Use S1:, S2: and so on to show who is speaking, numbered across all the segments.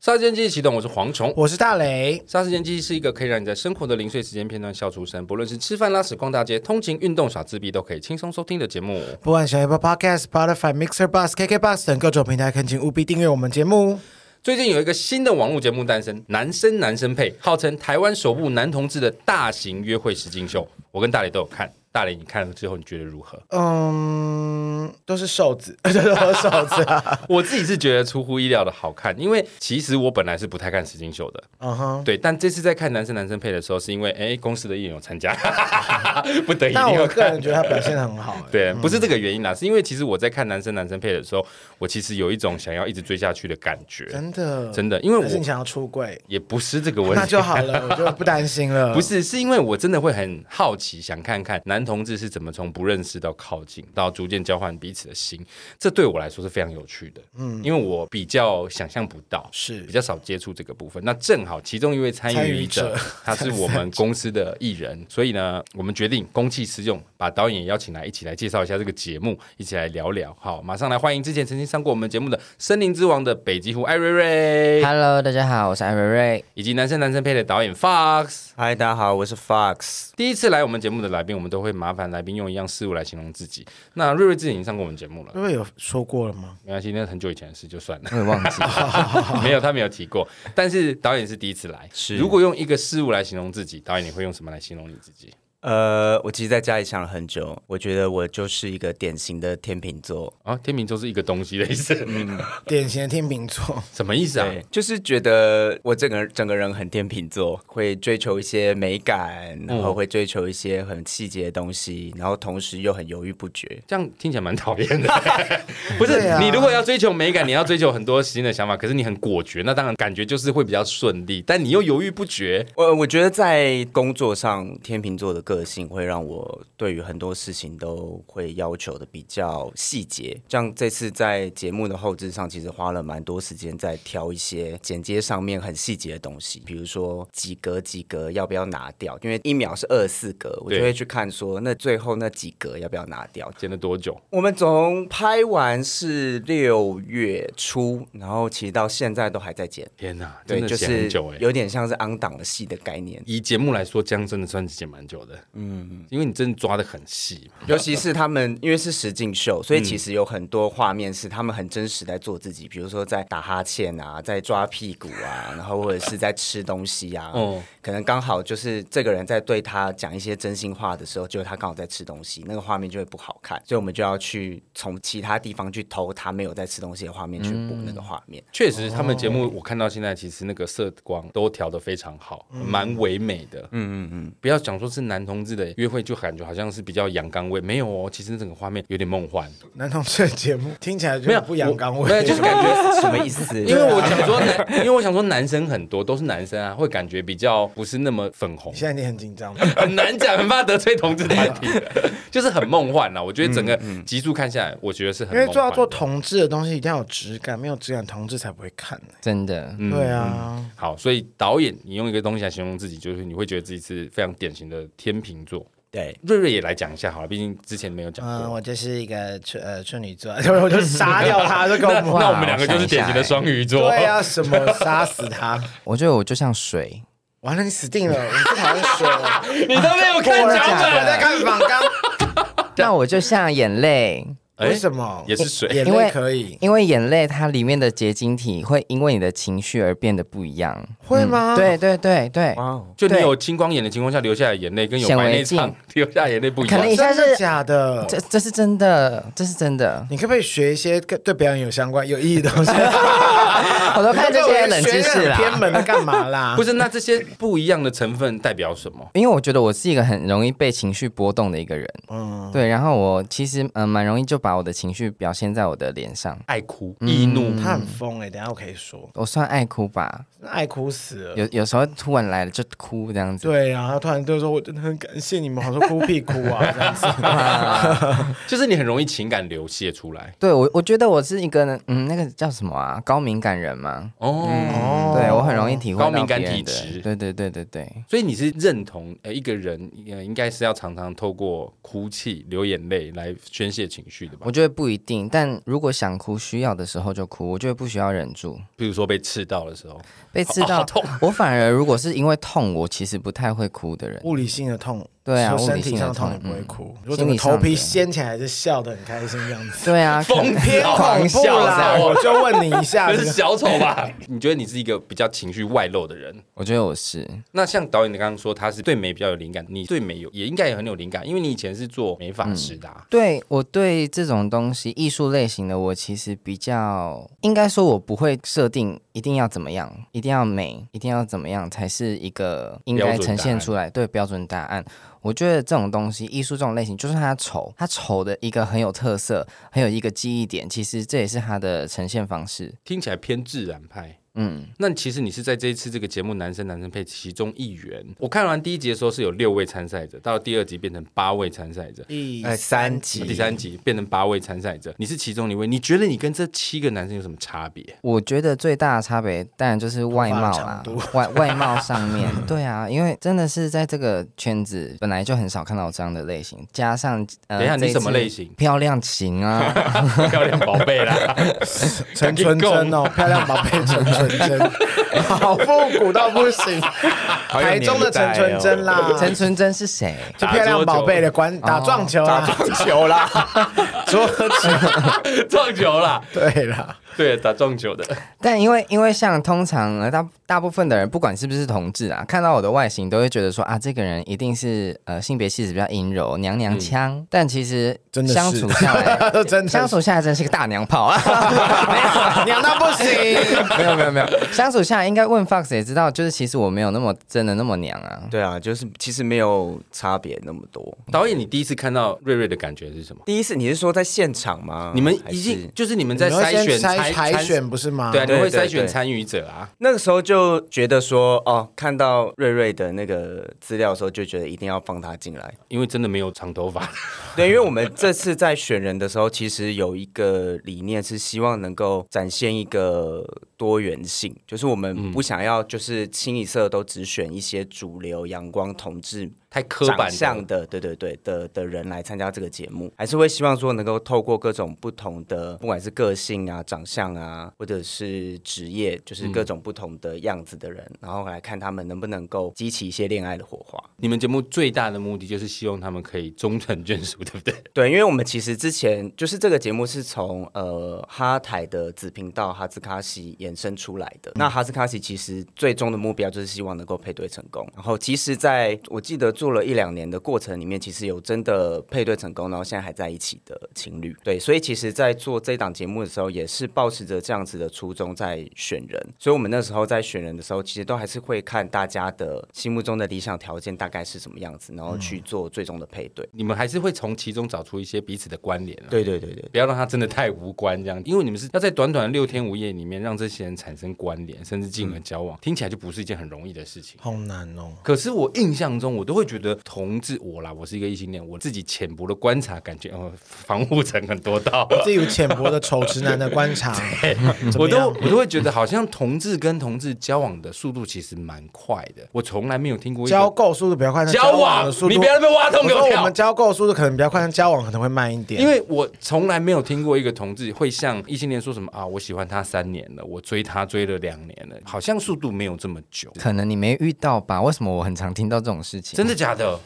S1: 杀时间机器启动，我是蝗虫。
S2: 我是大雷，
S1: 杀时间机器是一个可以让你在生活的零碎时间片段笑出声，不论是吃饭、拉屎、逛大街、通勤、运动、耍自闭，都可以轻松收听的节目。
S2: 不管小 Apple Podcast、Spotify、Mixer、Bus、KK Bus 等各种平台，恳请务必订阅我们节目。
S1: 最近有一个新的网络节目诞生，《男生男生配》，号称台湾首部男同志的大型约会实境秀。我跟大雷都有看，大雷你看了之后你觉得如何？
S2: 嗯，都是瘦子， 都是我瘦子啊。
S1: 我自己是觉得出乎意料的好看，因为其实我本来是不太看实境秀的，
S2: 嗯哼，
S1: 对，但这次在看《男生男生配》的时候，是因为哎公司的艺人有参加， 不得已一
S2: 但
S1: 定要
S2: 我个
S1: 看。
S2: 人觉得他表现得很好、欸。
S1: 对，不是这个原因啦，是因为其实我在看《男生男生配》的时候，我其实有一种想要一直追下去的感觉，
S2: 真的，
S1: 真的因为我
S2: 还是你想要出柜，
S1: 也不是这个问题，
S2: 那就好 了，我就不担心了。
S1: 不，是，是因为我真的会很好奇，想看看男同志是怎么从不认识到靠近，到逐渐交换彼此的心，这对我来说是非常有趣的。嗯，因为我比较想象不到，
S2: 是
S1: 比较少接触这个部分。那正好其中一位参
S2: 参
S1: 与
S2: 与
S1: 者
S2: 者，
S1: 他是我们公司的艺 人，所以呢，我们决定公器私用，把导演也邀请来一起来介绍一下这个节目，一起来聊聊。好，马上来欢迎之前曾经上过我们节目的《森林之王》的北极狐艾瑞瑞，
S3: Hello，大家好，我是艾瑞瑞。
S1: 以及《男生男生配》的导演 Fox。
S4: 嗨，大家好，我是 Fox。
S1: 第一次来我们节目的来宾，我们都会麻烦来宾用一样事物来形容自己。那瑞瑞之前已经上过我们节目了，
S2: 因为有说过了吗？
S1: 没关系，那很久以前的事就算了。
S3: 我也忘记了，
S1: 没有，他没有提过。但是导演是第一次来，
S4: 是
S1: 如果用一个事物来形容自己，导演你会用什么来形容你自己？
S4: 呃，我其实在家里想了很久，我觉得我就是一个典型的天秤座，
S1: 啊，天秤座是一个东西的意思，
S2: 典型的天秤 座，
S1: 什么意思啊？
S4: 对，就是觉得我整个整个人很天秤座，会追求一些美感，然后会追求一些很细节的东西，然后同时又很犹豫不决。
S1: 这样听起来蛮讨厌的，不是
S2: 对？啊
S1: 你如果要追求美感，你要追求很多新的想法，可是你很果决，那当然感觉就是会比较顺利，但你又犹豫不决，
S4: 呃我我觉得在工作上，天秤座的个性会让我对于很多事情都会要求的比较细节。像这次在节目的后置上，其实花了蛮多时间在挑一些剪接上面很细节的东西，比如说几格几格要不要拿掉，因为一秒是二四格，我就
S1: 对
S4: 会去看说那最后那几格要不要拿掉。
S1: 剪了多久？
S4: 我们总拍完是六月初，然后其实到现在都还在剪。
S1: 天哪，
S4: 对，
S1: 真的
S4: 就
S1: 剪很
S4: 是
S1: 久哎、
S4: 有点像是昂档的戏的概念。
S1: 以节目来说，这样真的算是剪蛮久的，嗯，因为你真的抓的很细 嘛。
S4: 尤其是他们，因为是实境秀，所以其实有很多画面是他们很真实在做自己，比如说在打哈欠啊，在抓屁股啊，然后或者是在吃东西啊。
S1: 哦
S4: 可能刚好就是这个人在对他讲一些真心话的时候，就是他刚好在吃东西，那个画面就会不好看，所以我们就要去从其他地方去偷他没有在吃东西的画面去补那个画 面。
S1: 确实，他们节
S2: 哦
S1: 目我看到现在，其实那个色光都调的非常好，
S2: 嗯
S1: 蛮唯美的。嗯嗯嗯，不要讲说是男同志的约会，就感觉好像是比较阳刚味，没有哦。其实整个画面有点梦幻，
S2: 男同志的节目听起来就
S1: 没有
S2: 不阳刚
S1: 我对
S2: 味，啊
S1: 就是感 觉。
S4: 哎什么意思？
S1: 因为我想说男，因为我想说男生很多都是男生啊，会感觉比较不是那么粉红
S2: 你。现在你很紧张吗？
S1: 很难讲，很怕得罪同志团 体，就是很梦幻啊啦。我觉得整个集数看下来，我觉得是很
S2: 嗯因为
S1: 梦
S2: 做要
S1: 幻
S2: 做
S1: 的
S2: 同志的东西，一定要有质感，没有质感，同志才不会看、欸。
S3: 真的。
S1: 嗯
S2: 对啊，
S1: 好，所以导演，你用一个东西来形容自己，就是你会觉得自己是非常典型的天秤座。
S4: 对，
S1: 瑞瑞也来讲一下好了，毕竟之前没有讲
S2: 嗯，
S1: 过。
S2: 我就是一个处呃处女座， 我就杀掉 他，就跟我
S1: 那
S2: 们
S1: 那我们
S3: 哇
S1: 两个就是典型的双鱼座。
S2: 对啊，什么杀死 他？
S3: 我觉得我就像水，
S2: 完了，你死定了！你不讨厌水了，
S1: 你都没有看
S2: 我
S1: 脚
S2: 讲
S1: 本，
S2: 我在看仿纲，
S3: 那我就像眼泪，
S1: 哎
S2: 为什么？
S1: 也是水
S2: 眼
S3: 因为嗯
S2: 泪可以？
S3: 因为眼泪它里面的结晶体会因为你的情绪而变得不一样。
S2: 会吗？
S3: 对对对对，
S4: 哇哦，
S1: 就你
S3: 对
S1: 有青光眼的情况下流下来眼泪，跟有
S3: 显
S1: 白
S3: 微
S1: 内障
S3: 镜
S1: 流下眼泪不一
S3: 可能
S1: 样
S3: 一。下
S2: 真的
S3: 是
S2: 假的？。
S3: 这这是真的，这是真的
S2: 你可不可以学一些跟对表演有相关、有意义的东西？
S3: 我都看这些冷知识
S2: 学那种，
S3: 啦
S2: 偏门的干嘛啦？
S1: 不
S2: 是，
S1: 是，那这些不一样的成分代表什么？
S3: 因为我觉得我是一个很容易被情绪波动的一个人。
S2: 嗯，
S3: 对，然后我其实嗯蛮容易就把我的情绪表现在我的脸上。
S1: 爱哭、易怒，
S2: 他很疯哎，等一下我可以说，
S3: 我算爱哭吧，
S2: 爱哭死了。
S3: 有有时候突然来了就哭这样子。
S2: 对啊，他突然就说：“我真的很感谢你们。”我说：“哭屁哭啊，这样子。
S1: 就是你很容易情感流泻出来。
S3: 对我，我觉得我是一个嗯，那个叫什么啊，高敏感人嘛。
S1: 哦，
S2: 哦
S3: 对我很容易体会到
S1: 高敏感
S3: 别人
S1: 体
S3: 的
S1: 质
S3: 对对对对对，
S1: 所以你是认同呃一个人呃应该是要常常透过哭泣、流眼泪来宣泄情绪的吧
S3: 我？觉得不一定，但如果想哭需要的时候就哭，我觉得不需要忍住。
S1: 比如说被刺到的时候，
S3: 被刺到，我反而如果是因为痛，我其实不太会哭的人。
S2: 物理性的痛，
S3: 对啊
S2: 说
S3: 物
S2: 身
S3: 理
S2: 体
S3: 性的
S2: 上痛
S3: 痛
S2: 你不会
S3: 嗯
S2: 哭，如果
S3: 心
S2: 整个
S3: 理
S2: 头
S3: 上
S2: 皮
S3: 的
S2: 掀起来就笑得很开心这 样子，
S3: 对啊，可能
S2: 偏恐
S3: 狂
S2: 怖
S3: 笑
S2: 啦！
S3: 啊
S2: 我就问你一下
S1: 那
S2: 这
S1: 是
S2: 个，
S1: 小丑吧？你觉得你是一个比较情绪外露的人？
S3: 我觉得我是，
S1: 那像导演你刚刚说他是对美比较有灵感，你对美有也应该也很有灵感，因为你以前是做美发师的、
S2: 嗯
S1: 啊。
S3: 对我对这种东西艺术类型的，我其实比较应该说，我不会设定一定要怎么样，一定要美，一定要怎么样才是一个应该呈现出来对标准答案。我觉得这种东西，艺术这种类型，就算它丑，它丑的一个很有特色，很有一个记忆点，其实这也是它的呈现方式。
S1: 听起来偏自然派。
S3: 嗯，
S1: 那其实你是在这一次这个节目《男生男生配》其中一员。我看完第一集的时候是有六位参赛者，到了第二集变成八位参赛者，
S2: 第
S4: 哎三 集
S1: 第三集变成八位参赛者。你是其中一位，你觉得你跟这七个男生有什么差别？
S3: 我觉得最大的差别当然就是外貌啦
S2: 头，
S3: 外外貌上面，对啊，因为真的是在这个圈子本来就很少看到这样的类型，加上呃，
S1: 等一下你
S3: 这次
S1: 什么类型？
S3: 漂亮型啊，
S1: 漂亮宝贝啦，
S2: 陈纯真哦，漂亮宝贝陈纯 真，好复古到不行。
S4: 有
S2: 台中的陈纯真啦，
S3: 哦陈纯真是谁？
S2: 就漂亮宝贝的管打撞球
S4: 打
S2: 啦，
S4: 撞球啦，
S2: 桌球。
S1: 撞球啦，
S2: 对啦，
S1: 对，打撞球的。
S3: 但因为因为像通常呃大大部分的人，不管是不是同志啊，看到我的外形都会觉得说啊，这个人一定是呃性别气质比较阴柔娘
S1: 嗯
S3: 娘腔，但其实
S2: 真的是
S3: 相处 下来。
S2: 真的
S3: 相处下来真是个大娘 炮 啊！
S2: 娘到不行。
S3: 没有没有没有，相处下来应该问 Fox 也知道，就是其实我没有那么真的那么娘啊。
S4: 对啊，就是其实没有差别那么多。
S1: 导演，你第一次看到瑞瑞的感觉是什么？
S4: 第一次你是说在现场吗？
S1: 你们
S4: 嗯还
S1: 已
S4: 是
S1: 经就是你们在筛选
S2: 筛
S1: 参
S2: 筛选不是吗？
S1: 对啊，你
S4: 对
S1: 会
S4: 对
S1: 筛选
S4: 对
S1: 参与者啊。
S4: 那个时候就觉得说，哦，看到瑞瑞的那个资料的时候，就觉得一定要放他进 来。
S1: 因为真的没有长头发，
S4: 对，因为我们这次在选人的时候，其实有一个理念是希望能够展现一个多元性，就是我
S1: 嗯
S4: 们不想要就是清一色都只选一些主流、阳光、同志
S1: 太刻
S4: 长
S1: 板了
S4: 相。的，对对对的的人来参加这个节目，还是会希望说能够透过各种不同的，不管是个性啊、长相啊，或者是职业，就是各种不同的样子的人，然后来看他们能不能够激起一些恋爱的火花。
S1: 你们节目最大的目的就是希望他们可以终成眷属，对不对？
S4: 对，因为我们其实之前就是这个节目是从呃哈台的子频道哈兹卡西衍生出来的。那哈兹卡西其实最终的目标就是希望能够配对成功。然后其实在我记得做了一两年的过程里面，其实有真的配对成功，然后现在还在一起的情侣。对，所以其实，在做这档节目的时候，也是保持着这样子的初衷在选人。所以我们那时候在选人的时候，其实都还是会看大家的心目中的理想条件大概是什么样子，然后去做最终的配对。
S1: 你们还是会从其中找出一些彼此的关联、啊，
S4: 对对对对。
S1: 不要让它真的太无关这样，因为你们是要在短短的六天五夜里面让这些人产生关联，甚至进而交往，听起来就不是一件很容易的事情。
S2: 好难哦。
S1: 可是我印象中，我都会觉得同志我啦，我是一个异性恋，我自己浅薄的观察，感觉哦，防护层很多 道，
S2: 自己有浅薄的丑直男的观察，怎么
S1: 我都
S2: 样
S1: 我都会觉得，好像同志跟同志交往的速度其实蛮快的，我从来没有听过一个
S2: 交购速度比较快，但
S1: 交
S2: 往的
S1: 往
S2: 速，度
S1: 你不要被挖洞
S2: 我
S1: 给
S2: 说我
S1: 跳
S2: 们。交购速度可能比较快，但交往可能会慢一点。
S1: 因为我从来没有听过一个同志会像异性恋说什么啊，我喜欢他三年了，我追他追了两年了，好像速度没有这么久，
S3: 可能你没遇到吧？为什么我很常听到这种事情？
S1: 真的假的？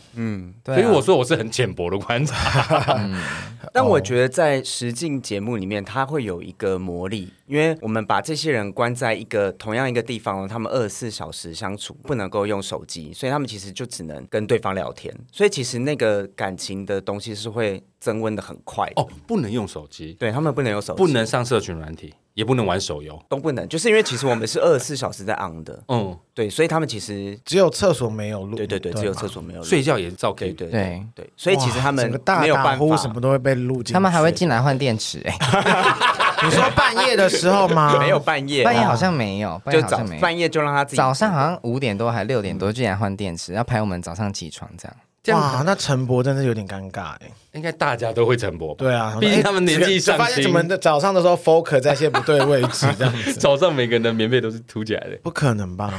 S3: 对
S1: 所
S3: 啊
S1: 以我说我是很浅薄的观察。
S4: 但我觉得在实境节目里面，它会有一个魔力，因为我们把这些人关在一个同样一个地方，他们二十四小时相处，不能够用手机，所以他们其实就只能跟对方聊天，所以其实那个感情的东西是会增温的很快的。
S1: 哦，不能用手机，
S4: 对他们不能用手机，
S1: 不能上社群软体，也不能玩手游。
S4: 都不能，就是因为其实我们是二十四小时在 on 的，
S1: 嗯，
S4: 对，所以他们其实
S2: 只有厕所没有录，
S4: 对对对，
S2: 吗
S4: 只有厕，所没有人，
S1: 睡觉也是照 K
S4: 嗯对对
S3: 对
S4: 对，
S1: 哎
S4: 所以其实他
S2: 哇
S4: 们
S2: 整个大
S4: 没有
S2: 打
S4: 办
S2: 呼
S4: 法
S2: 什么都会被录进，
S3: 他们还会。进来换电池、欸，
S2: 你说半夜的时 候吗？
S4: 没有，半夜，
S3: 半夜好像没有，半
S4: 啊就
S3: 夜好
S4: 早
S3: 像没有。
S4: 半夜就嗯让他自己
S3: 早上好像五点多还六点多就来换电池，要排我们早上起床这样。
S4: 嗯
S1: 这
S2: 哇，
S1: 样
S2: 那陈博真是有点尴尬哎。
S1: 应该大家都会晨勃吧？
S2: 对啊，
S1: 毕竟他们年纪
S2: 就
S1: 尚
S2: 发现怎么
S1: 轻，
S2: 的早上的时候 focus 在一些不对位置这样 子，
S1: 早上每个人的棉被都是凸起来 的。
S2: 不可能吧？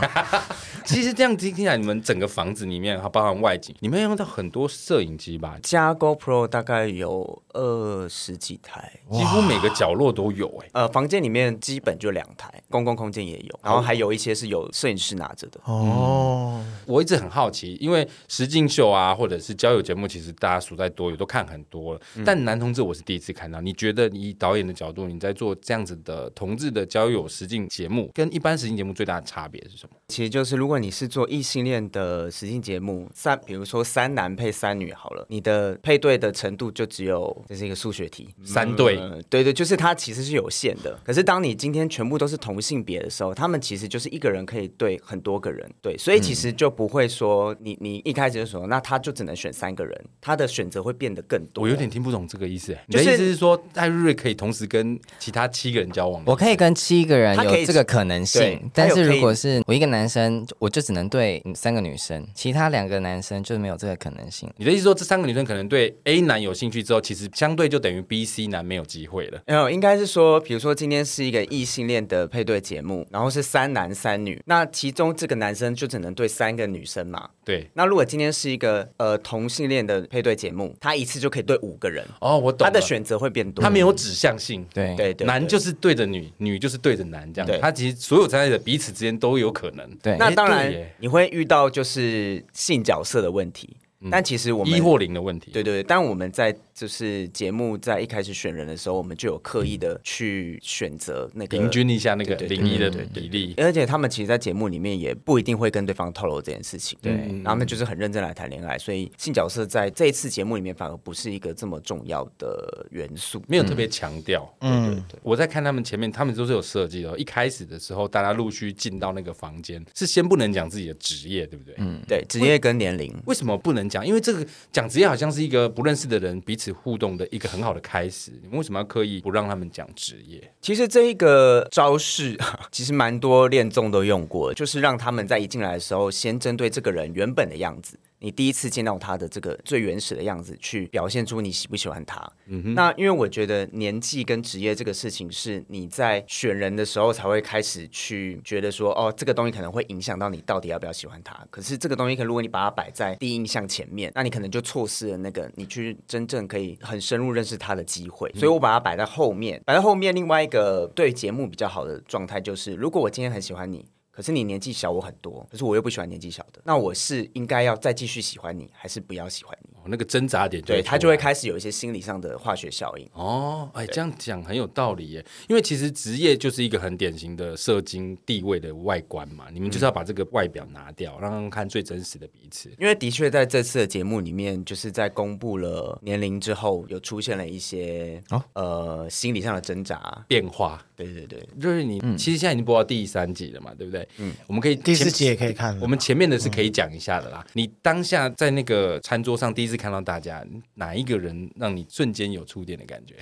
S1: 其实这样听起来，你们整个房子里面，它包含外景，你们要用到很多摄影机吧？
S4: 加 GoPro 大概有二十几台，
S1: 几乎每个角落都有哎、
S4: 呃，房间里面基本就两台，公共空间也有，然后还有一些是有摄影师拿着的。
S2: 哦，
S1: 我一直很好奇，因为实境秀啊，或者是交友节目，其实大家数在多，也都看很多了。
S4: 嗯
S1: 但男同志我是第一次看到。你觉得你以导演的角度，你在做这样子的同志的交友实境节目，跟一般实境节目最大的差别是什么？
S4: 其实就是如果你是做异性恋的实境节目，三比如说三男配三女好了，你的配对的程度就只有这是一个数学题，
S1: 三对
S4: 呃对对，就是它其实是有限的。可是当你今天全部都是同性别的时候，他们其实就是一个人可以对很多个人，对，所以其
S1: 嗯
S4: 实就不会说你你一开始就说那他就只能选三个人，他的选择会变得更多。
S1: 我有点听不懂这个意思、欸。
S4: 就是
S1: 你的意思是说，艾瑞瑞可以同时跟其他七个人交往吗？
S4: 哦
S3: 我可以跟七个人
S4: 他可以
S3: 有这个可能性
S4: 对，
S3: 但
S4: 他
S3: 是
S4: 有可以
S3: 如果是我一个男生，我就只能对三个女生，其他两个男生就没有这个可能性。
S1: 你的意思说，这三个女生可能对 A 男有兴趣之后，其实相对就等于 B、C 男没有机会了。
S4: 没有，应该是说，比如说今天是一个异性恋的配对节目，然后是三男三女，那其中这个男生就只能对三个女生嘛。
S1: 对，
S4: 那如果今天是一个呃同性恋的配对节目，他一次就可以对五个人，
S1: 哦，我懂
S4: 他
S1: 了。
S4: 的选择会变多。
S1: 他没有指向性，
S3: 对
S4: 对对，
S1: 男
S4: 对
S1: 就是对着女，女就是对着男，这样
S4: 对。
S1: 他其实所有参赛者彼此之间都有可能。
S3: 对
S4: 那当
S1: 哎
S4: 然
S1: 对耶
S4: 你会遇到就是性角色的问题，
S1: 嗯
S4: 但其实我们
S1: 一或零的问题。
S4: 对对对，但我们在就是节目在一开始选人的时候，我们就有刻意的去选择那个
S1: 平均一下那个
S4: 对对
S1: 零一的比例。
S4: 而且他们其实，在节目里面也不一定会跟对方透露这件事情，对，然后他们就是很认真来谈恋爱，所以性角色在这一次节目里面反而不是一个这么重要的元素。
S1: 没有特别强调，
S2: 嗯，
S1: 我在看他们前面，他们都是有设计的哦。一开始的时候，大家陆续进到那个房间，是先不能讲自己的职业，对不对？嗯。
S4: 对，职业跟年龄，
S1: 为什么不能讲？因为这个讲职业好像是一个不认识的人彼此互动的一个很好的开始。你们为什么要刻意不让他们讲职业？
S4: 其实这一个招式 其实蛮多恋综都用过，就是让他们在一进来的时候，先针对这个人原本的样子。你第一次见到他的这个最原始的样子，去表现出你喜不喜欢他。那因为我觉得年纪跟职业这个事情，是你在选人的时候才会开始去觉得说，哦，这个东西可能会影响到你到底要不要喜欢他。可是这个东西，如果你把它摆在第一印象前面，那你可能就错失了那个你去真正可以很深入认识他的机会。所以我把它摆在后面，摆在后面。另外一个对节目比较好的状态就是，如果我今天很喜欢你。可是你年纪小我很多，可是我又不喜欢年纪小的，那我是应该要再继续喜欢你，还是不要喜欢你？
S1: 哦，那个挣扎点，
S4: 对他就会。开始有一些心理上的化学效应。
S1: 哦，哎，这样讲很有道理耶，因为其实职业就是一个很典型的社经地位的外观嘛，你们就是要把这个外表拿掉，让他们看最真实的彼此。
S4: 因为的确在这次的节目里面，就是在公布了年龄之后，有出现了一些、呃心理上的挣扎。
S1: 变化，
S4: 对对对，
S1: 就是你、其实现在已经播到第三集了嘛，对不对？嗯，我们可以
S2: 第四
S1: 前
S2: 集也可以看了
S1: 我们前面的是可以讲一下的啦。嗯你当下在那个餐桌上第一次看到大家，哪一个人让你瞬间有触电的感觉？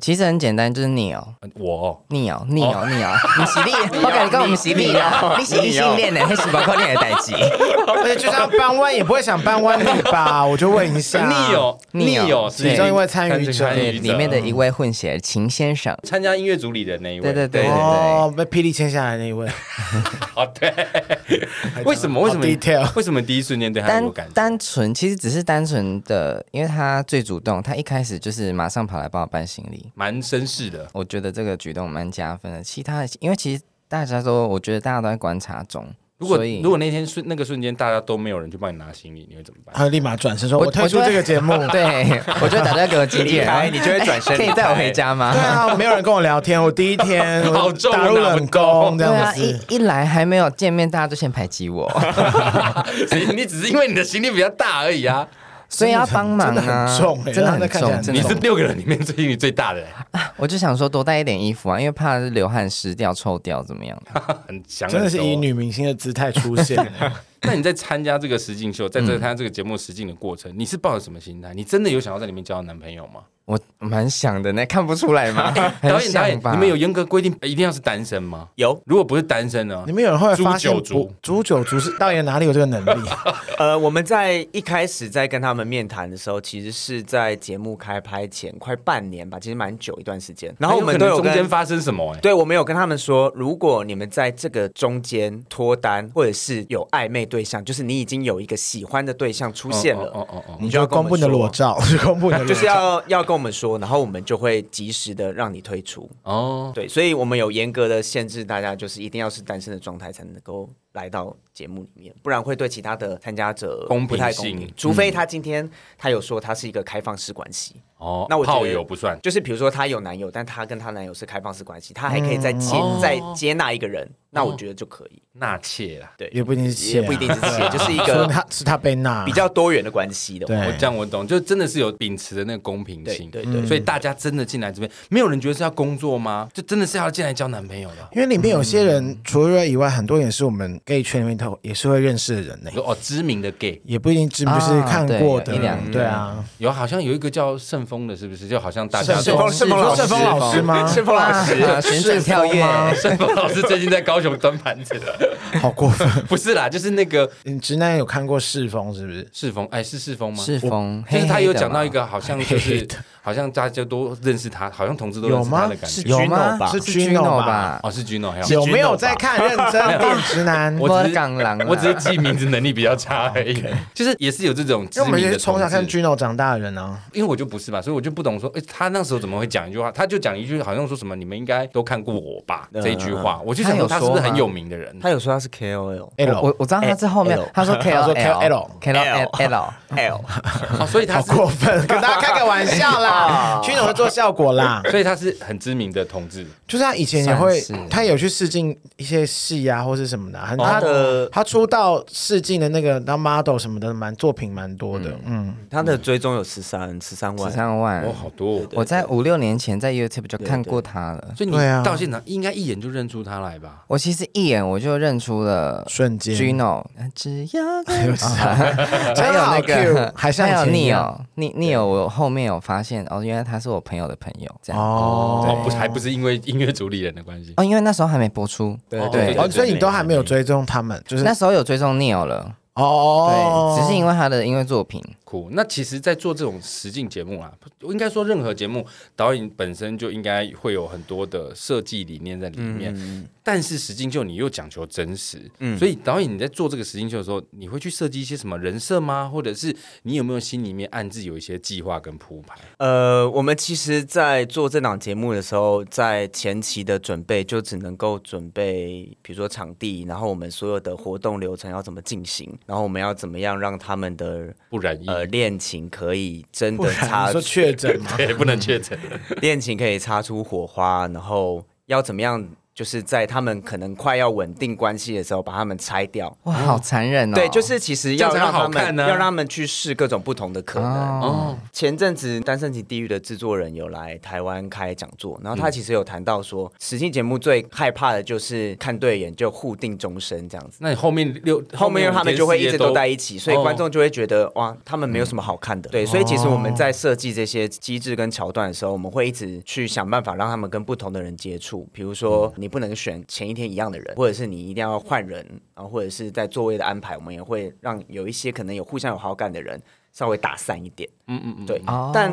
S3: 其实很简单，就是 Neil。
S1: 呃我哦、
S3: Neil Neil Neil，你是你，我感觉跟我们是你啊， 你是异性恋的，那是包括你的代志。
S2: 而且就像搬弯也不会想搬弯你吧？我就问一下，
S1: 呃你有你
S3: 逆
S1: 有
S3: 友
S1: 是
S3: 对
S1: 一
S2: 因为参与者
S3: 对，里面的一位混血秦先生，
S1: 参加音乐组里的那一位，
S3: 对对对对对，
S2: 哦，被霹雳签下来那一位，
S1: 哦，对，为什么？为什么
S2: 好 detail
S1: 为什么第一瞬间对他有
S3: 单
S1: 感觉？
S3: 单纯其实只是单纯的，因为他最主动，他一开始就是马上跑来帮我搬行李，
S1: 蛮绅士的，
S3: 我觉得这个举动蛮加分的。其他的，因为其实大家都，我觉得大家都在观察中，
S1: 如果
S3: 所以
S1: 如果那天瞬那个瞬间大家都没有人去帮你拿行李，你会怎么办？
S2: 他立马转身说：“
S3: 我
S2: 我退出
S3: 我觉得
S2: 这个节 目。”
S3: 嗯对，我就打电话给我经纪
S4: 离
S3: 人，
S4: 开你就会转 身
S3: 可以
S4: 离
S3: 带我回
S4: 开
S3: 家吗？
S2: 对啊，没有人跟我聊天，我第一天
S1: 好
S2: 我
S1: 重
S2: 打入
S1: 啊
S2: 冷宫这
S3: 对
S2: 样
S3: 啊，
S2: 子。
S3: 一一来还没有见面，大家就先排挤我，
S1: 你你只是因为你的行李比较大而已啊，
S3: 所以要帮忙
S2: 真的
S3: 啊，
S2: 很重欸
S3: 真的很
S2: 那看起来
S3: 重，
S2: 很
S3: 真
S1: 你
S3: 的
S1: 是
S3: 很重。
S1: 六个人里面最行李最大的、欸，
S3: 我就想说多带一点衣服啊，因为怕是流汗湿掉、臭掉怎 么样？
S1: 很强，
S2: 真的是以。女明星的姿态出现，
S1: 那你在参加这个实境秀，在这参加这个节目实境的过程，你是抱着什么心态？你真的有想要在里面交到男朋友吗？
S3: 我蛮想的呢，看不出 来吗？很
S1: 导演导演，
S3: 想吧
S1: 你们有严格规定一定要是单身吗？
S4: 有，
S1: 如果不是单身呢
S2: 你？们有人会发现
S1: 猪九族
S2: 不猪九族是导演哪里有这个能力？
S4: 呃，我们在一开始在跟他们面谈的时候，其实是在节目开拍前快半年吧，其实蛮久一段时间。然后我们都
S1: 很可
S4: 有
S1: 能中间
S4: 跟，
S1: 发生什么、欸？
S4: 对我们有跟他们说，如果你们在这个中间脱单，或者是有暧昧对象，就是你已经有一个喜欢的对象出现了，
S1: 哦哦哦哦
S4: 你
S2: 你
S4: 就
S2: 就
S4: 要跟我
S2: 公
S4: 们
S2: 布你的
S4: 说
S2: 裸照，就公布你 的裸照，
S4: 就是要要跟我们说，然后我们就会及时的让你退出。
S1: 哦，
S4: 对，所以我们有严格的限制，大家就是一定要是单身的状态才能够来到节目里面，不然会对其他的参加者
S1: 公平
S4: 不太公
S1: 性
S4: 平。除
S2: 嗯
S4: 非他今天他有说他是一个开放式关系，
S1: 哦，
S4: 那我觉得
S1: 炮友不算。
S4: 就是比如说他有男友，但他跟他男友是开放式关系，他还可以再接、再接纳一个人，那我觉得就可以，
S1: 纳妾啦，
S2: 也不一定嗯是切
S4: 也
S2: 啊，
S4: 不一定是切，就是一
S2: 说
S4: 个
S2: 他是他被纳
S4: 比较多元的关系的
S2: 对
S4: 话。
S1: 我这样我懂，就真的是有秉持的那个公平性，
S4: 对对对
S1: 所以大家真的进来这边，没有人觉得是要工作吗？就真的是要进来交男朋友的。
S2: 因为里面有些人，除了以外，很多也是我们 gay 圈里面头也是会认识的人呢
S1: 你，说哦，知名的 gay
S2: 也不一定知名，
S3: 啊
S2: 就是看过的
S3: 对有一两，个
S2: 对啊，
S1: 有，好像有一个叫盛峰的，是不是？就好像大家
S2: 盛峰
S4: 盛峰哦老师
S2: 盛峰老师 吗？
S4: 是老师，
S3: 啊旋转跳跃，
S1: 盛峰老师最近在高雄端盘子了，
S2: 好过分！
S1: 不是啦，就是那个
S2: 你直男有看过世风是不是？
S1: 世峰，哎，是世峰吗？
S3: 是风，
S1: 就是他
S3: 黑黑
S1: 有
S3: 的
S1: 讲到
S3: 嘛
S1: 一个，好像就
S2: 黑
S1: 是
S2: 黑的
S1: 好像大家都认识他，好像同志都认
S2: 有
S1: 识他
S2: 吗
S1: 的？感
S2: 是
S1: 觉。
S2: Gino
S3: 有吗？
S2: 吧？
S3: 是
S2: 是 Gino 吧？
S1: 哦，是 Gino，还有
S2: 有没有在看认真电直男？
S1: 我只是
S3: 港啊狼啦
S1: 我只是记名字能力比较差而已，就是也是有这种知
S2: 因为我
S1: 名的同
S2: 们
S1: 志。
S2: 也是从小看 Gino 长大的人啊，
S1: 因为我就不是嘛，所以我就不懂说，哎、他那时候怎么会讲一句话？他就讲一句好像说什么你们应该都看过我吧、
S4: 嗯
S1: 这一句话，我就想说他是不是很有名的人？
S4: 他有说他是 KOL。
S2: L
S3: 我我我知道他是后面
S4: L，
S3: 他说 K
S2: 他
S3: L
S2: 说 KOL
S3: K L L
S4: L，
S1: 哦， 所以他
S2: 好
S1: 是，
S2: 过分，跟大家开个玩笑啦
S4: 啊
S2: ，Gino 会做效果啦。
S1: 所以他是很知名的同志。
S2: 就是他以前也会
S3: 算是，
S2: 他有去试镜一些戏啊，或是什么的啊。很
S4: 他
S2: 他
S4: 的
S2: 他出道试镜的那个当 model 什么的，蛮作品蛮多的。嗯，
S4: 他的追踪有十三十三
S3: 十
S4: 万，
S3: 三万
S1: 哦，。好多、哦。
S3: 我在五六年前在 YouTube 就看过他了。
S1: 所以你
S2: 对啊
S1: 到现场应该一眼就认出他来吧？
S3: 我其实一眼我就认出了
S2: 瞬间
S3: Gino，只要跟
S2: 有
S3: 还有那个
S2: 还像
S3: 还有
S2: 以前一
S3: Neo
S2: 样
S3: Neo，Neo，我后面有发现哦，原来他是我朋友的朋友这样哦
S1: 哦
S2: 哦，，
S1: 不是，还不是因为音乐主理人的关系。
S3: 因为那时候还没播出，
S4: 对
S1: 对
S2: 哦，所以你都还没有追踪他们，就是
S3: 那时候有追踪 Neo 了，
S2: 哦，
S3: 对，只是因为他的音乐作品，
S1: 酷。那其实，在做这种实境节目啊，应该说任何节目，导演本身就应该会有很多的设计理念在里
S4: 嗯
S1: 面。但是实境秀你又讲求真实，所以导演你在做这个实境秀的时候，你会去设计一些什么人设吗？或者是你有没有心里面暗自有一些计划跟铺排？
S4: 呃，我们其实，在做这档节目的时候，在前期的准备就只能够准备，比如说场地，然后我们所有的活动流程要怎么进行，然后我们要怎么样让他们的
S1: 不然一
S4: 呃恋情可以 真
S2: 不
S4: 的
S2: 然
S4: 擦
S2: 你说确诊吗？
S1: 对，不能确诊。
S4: 恋情可以擦出火花，然后要怎么样，就是在他们可能快要稳定关系的时候，把他们拆掉。
S3: 哇，好残忍哦。
S4: 对，就是其实要
S1: 这样才
S4: 让他
S1: 好看
S4: 们、
S1: 呢
S4: 要让他们去试各种不同的可能。
S3: 哦，
S4: 前阵子《单身级地狱》的制作人有来台湾开讲座，然后他其实有谈到说，实境节目最害怕的就是看对眼就互定终身这样子。
S1: 那你后面六
S4: 后面他们就会一直都在
S1: 带
S4: 一起，所以观众就会觉
S1: 哦
S4: 得哇，他们没有什么好看
S1: 嗯
S4: 的。对，所以其实我们在设计这些机制跟桥段的时候，我们会一直去想办法让他们跟不同的人接触。比如
S1: 嗯
S4: 说，你不能选前一天一样的人，或者是你一定要换人，然后或者是在座位的安排，我们也会让有一些可能有互相有好感的人稍微打散一点。
S1: 嗯嗯嗯，
S4: 对，
S3: 哦，
S4: 但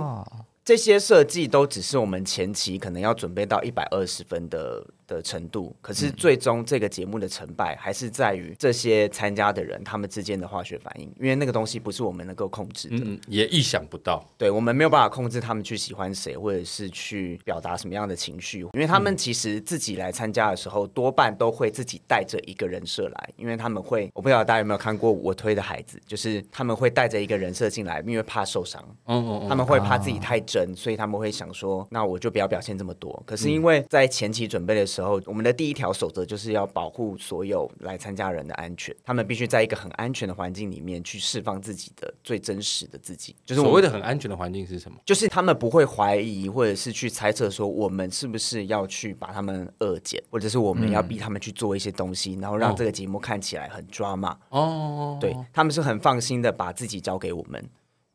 S4: 这些设计都只是我们前期可能要准备到一百二十分的的程度。可是最终这个节目的成败还是在于这些参加的人他们之间的化学反应，因为那个东西不是我们能够控制的。
S1: 嗯嗯，也意想不到。
S4: 对我们没有办法控制他们去喜欢谁，或者是去表达什么样的情绪，因为他们其实自己来参加的时候，多半都会自己带着一个人设来，因为他们会，我不知道大家有没有看过我推的孩子，就是他们会带着一个人设进来，因为怕受伤，
S1: 嗯嗯嗯，
S4: 他们会怕自己太真，所以他们会想说，那我就不要表现这么多。可是因为在前期准备的时候，我们的第一条守则就是要保护所有来参加人的安全，他们必须在一个很安全的环境里面去释放自己的最真实的自己，就是
S1: 所谓
S4: 我
S1: 的很安全的环境是什么？
S4: 就是他们不会怀疑，或者是去猜测说我们是不是要去把他们恶减，或者是我们要逼他们去做一些东西，然后让这个节目看起来很 drama、
S1: 哦，
S4: 对他们是很放心的把自己交给我们。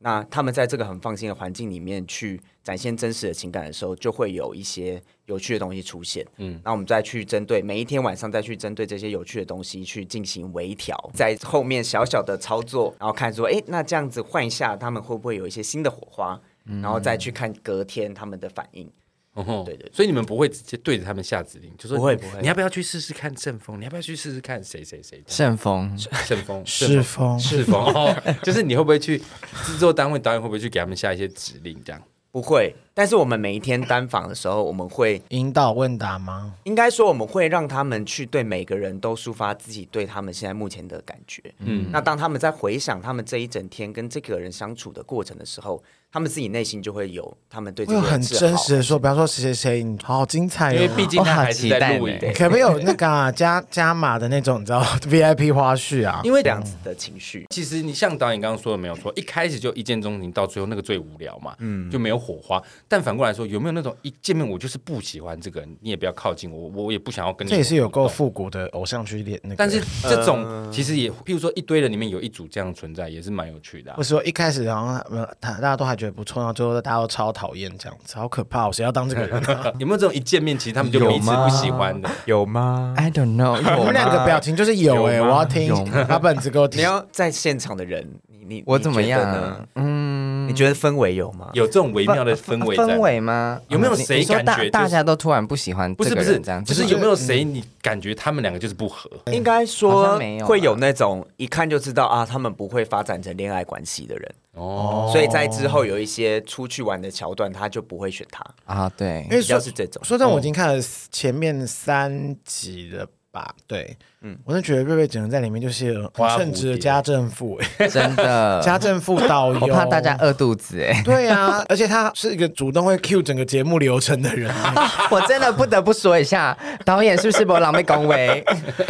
S4: 那他们在这个很放心的环境里面去展现真实的情感的时候，就会有一些有趣的东西出现。嗯，那我们再去针对每一天晚上再去针对这些有趣的东西去进行微调，在后面小小的操作，然后看说，诶，那这样子换一下，他们会不会有一些新的火花？然后再去看隔天他们的反应。
S1: 哦吼
S4: 对对对
S1: 所以你们不会直接对着他们下指令，就说
S4: 不会不会
S1: 你要不要去试试看阵风？你要不要去试试看谁谁谁？
S3: 顺风
S1: 顺风
S2: 是风
S1: 是风哦，就是你会不会去制作单位导演会不会去给他们下一些指令？这样
S4: 不会，但是我们每一天单访的时候，我们会
S2: 引导问答吗？
S4: 应该说，我们会让他们去对每个人都抒发自己对他们现在目前的感觉。嗯，那当他们在回想他们这一整天跟这个人相处的过程的时候，他们自己内心就会有他们对这
S2: 会
S4: 个
S2: 有
S4: 人
S2: 哎很
S4: 自豪
S2: 真实的说，比方说谁谁谁，你好精彩、哦，
S1: 因为毕竟他
S3: 哦好
S1: 还是
S3: 期
S1: 在
S3: 待
S1: 录影
S3: 呢，
S2: 可不可以有那个啊、 加加码的那种，你知道 VIP 花絮啊？
S4: 因为这样子的情绪。
S1: 其实你像导演刚刚说的没有错，一开始就一见钟情，到最后那个最无聊嘛，嗯，就没有火花。但反过来说，有没有那种一见面我就是不喜欢这个人，你也不要靠近我，我也不想要跟你。
S2: 这也是有够复古的偶像剧恋那个。
S1: 但是这种其实也，譬如说一堆人里面有一组这样存在，也是蛮有趣的啊、
S2: 或是说一开始好像呃大大家都还觉得不错，然后最后大家都超讨厌这样子，好可怕、哦！谁要当这个人、啊？
S1: 有没有这种一见面，其实他们就彼此不喜欢的？
S5: 有吗？
S3: ，I don't know，
S2: 我
S3: 我
S2: 们两个表情就是有哎、
S5: 有
S2: 我
S5: 吗
S2: 要听
S3: 有
S2: 把本子给我
S4: 你
S2: 听。
S4: 要在现场的人，你你
S3: 我怎么样
S4: 你觉得呢
S3: 啊？？嗯，啊
S4: 你觉得氛围有吗？
S1: 有这种微妙的氛围在吗
S3: 氛围吗？
S1: 有没有
S3: 嗯你
S1: 谁
S3: 你说
S1: 感
S3: 大
S1: 觉就是
S3: 大家都突然不喜欢
S1: 不
S3: 这
S1: 是
S3: 个
S1: 不是
S3: 人嗯这样？
S1: 只
S3: 子
S1: 是
S3: 吗？
S1: 有没有谁你感觉他们两个就是不合？
S4: 应该
S3: 哎好
S4: 说
S3: 像没有啊
S4: 会有那种一看就知道啊，他们不会发展成恋爱关系的人，
S1: 哦，
S4: 所以在之后有一些出去玩的桥段，他就不会选他。
S3: 啊？对
S2: 因，为
S4: 比较
S2: 说
S4: 是这种，
S2: 说真的，我已经看了前面三集了吧？对，嗯，我真的觉得瑞瑞整个在里面就是很
S1: 花蝴蝶呃
S2: 称职的家政妇、哎
S3: 真
S2: ，
S3: 的
S2: 家政妇导游，
S3: 我怕大家。饿肚子 哎。
S2: 对啊，而且他是一个主动会 cue 整个节目流程的 人，
S3: 啊我真的不得不说一下，导演是不是不狼狈恭维？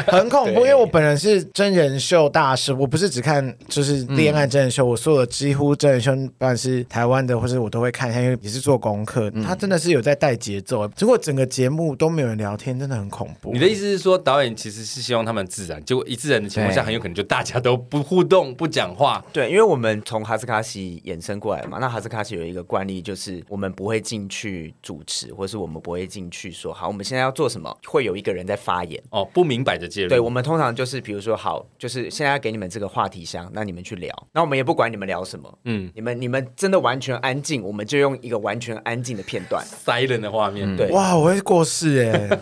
S2: 很恐怖。
S4: 对
S2: 因为我本人是真人秀大师，我不是只看就是
S1: 嗯
S2: 恋爱真人秀，我所有的几乎真人秀，不管是台湾的或者我都会看一下，因为也是做功课。
S1: 嗯
S2: 他真的是有在带节奏，欸结果整个节目都没有人聊天，真的很恐怖。
S1: 你的意思是说，导演其实是希望他们自然，结果一自然的情况下，
S3: 对
S1: 很有可能就大家都不互动、不讲话。
S4: 对，因为我们从哈斯卡西衍生过来嘛，那哈斯卡西有一个惯例，就是我们不会进去主持，或是我们不会进去说好，我们现在要做什么，会有一个人在发言。
S1: 哦，不明摆着介入。
S4: 对，我们通常就是比如说好，就是现在给你们这个话题箱，那你们去聊，那我们也不管你们聊什么，
S1: 嗯
S4: 嗯，你们你们真的完全安静，我们就用一个完全安静的片段。
S1: silent 的画面，
S3: 嗯
S4: 对，
S2: 哇，我会过世哎、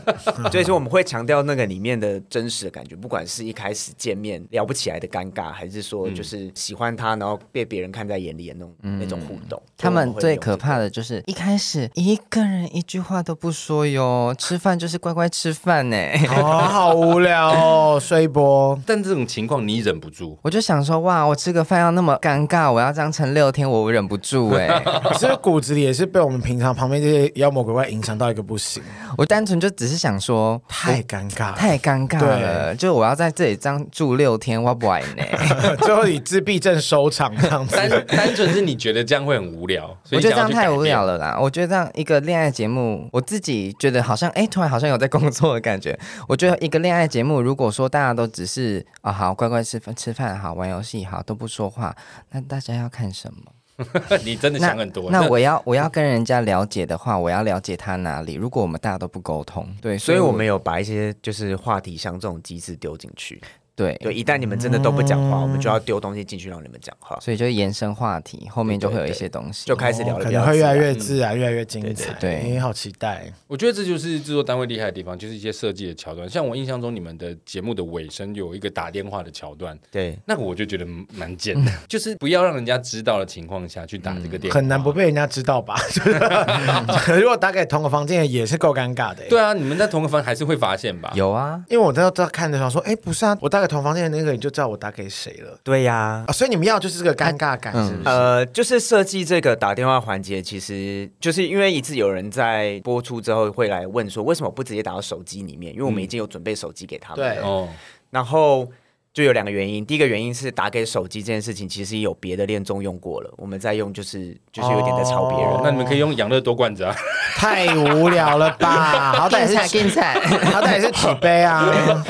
S4: 所以说我们会强调那个里面的真实的感觉，不管是一开始见面聊不起来的尴尬，还是说就是喜欢他，然后被别人看在眼里的那种、那种互动。
S3: 他们
S4: 所以
S3: 最
S4: 我会
S3: 可
S4: 用
S3: 怕的就是一开始一个人一句话都不说哟，吃饭就是乖乖吃饭呢。
S2: 哦，好无聊哦，睡波。
S1: 但这种情况你忍不 住，
S3: 我就想说，哇，我吃个饭要那么尴尬，我要这样撑六天，我忍不住哎、
S2: 可是骨子里也是被我们平常旁边这些妖魔鬼怪影响到一个不行，
S3: 我单纯就只是想说，
S2: 太尴尬了，
S3: 太尴尬了，就我要在这里这样住六天，我不爱呢。
S2: 最后以自闭症收场这样子。
S1: 单 单纯是你觉得这样会很无聊，所以
S3: 我觉得这样
S1: 你想要去
S3: 太
S1: 改
S3: 无
S1: 变
S3: 聊。了啦！我觉得这样一个恋爱节目，我自己觉得好像，哎、突然好像有在工作的感觉。我觉得一个恋爱节目，如果说大家都只是啊、好乖乖吃饭吃饭好玩游戏好都不说话，那大家要看什么？
S1: 你真的
S3: 那
S1: 想很多。
S3: 那
S1: 这
S3: 我要我要跟人家了解的话，我要了解他哪里。如果我们大家都不沟通，对，
S4: 所以我
S3: 我
S4: 们有把一些就是话题像这种机制丢进去，
S3: 对，
S4: 对，一旦你们真的都不讲话，我们就要丢东西进去让你们讲话，
S3: 所以就延伸话题，后面就会有一些东西。
S4: 就开始聊
S2: 哦
S4: 的
S2: 可
S4: 比
S2: 能
S4: 较
S2: 会越来
S4: 自然
S2: 越自然，越来越精彩。
S3: 对对对
S2: 你好期待。
S1: 我觉得这就是制作单位厉害的地方，就是一些设计的桥段。像我印象中，你们的节目的尾声有一个打电话的桥段，
S4: 对。
S1: 那个我就觉得蛮贱的， 就是不要让人家知道的情况下去打这个电话，
S2: 很难不。被人家知道 吧？ 就是如果打给同个房间的也是够尴尬的、欸。
S1: 对，啊，你们在同个房还是会发现吧？
S3: 有啊，
S2: 因为我都要看着想说，哎、不是啊，我打给同房间的那个，你就知道我打给谁了
S4: 对呀、
S2: 啊。所以你们要就是这个尴尬感，是不是？
S4: 呃，就是设计这个打电话环节，其实就是因为一次有人在播出之后会来问说，为什么不直接打到手机里面？因为我们已经有准备手机给他们了。
S2: 对
S1: 哦，
S4: 然后就有两个原因，第一个原因是打给手机这件事情，其实有别的恋综用过了，我们在用就是就是有点在抄别人。
S1: 哦那你们可以用养乐多罐子啊，
S2: 太无聊了吧？好歹
S3: 更
S2: 也
S3: 菜
S2: 是
S3: 更菜。
S2: 好歹也是举杯 啊。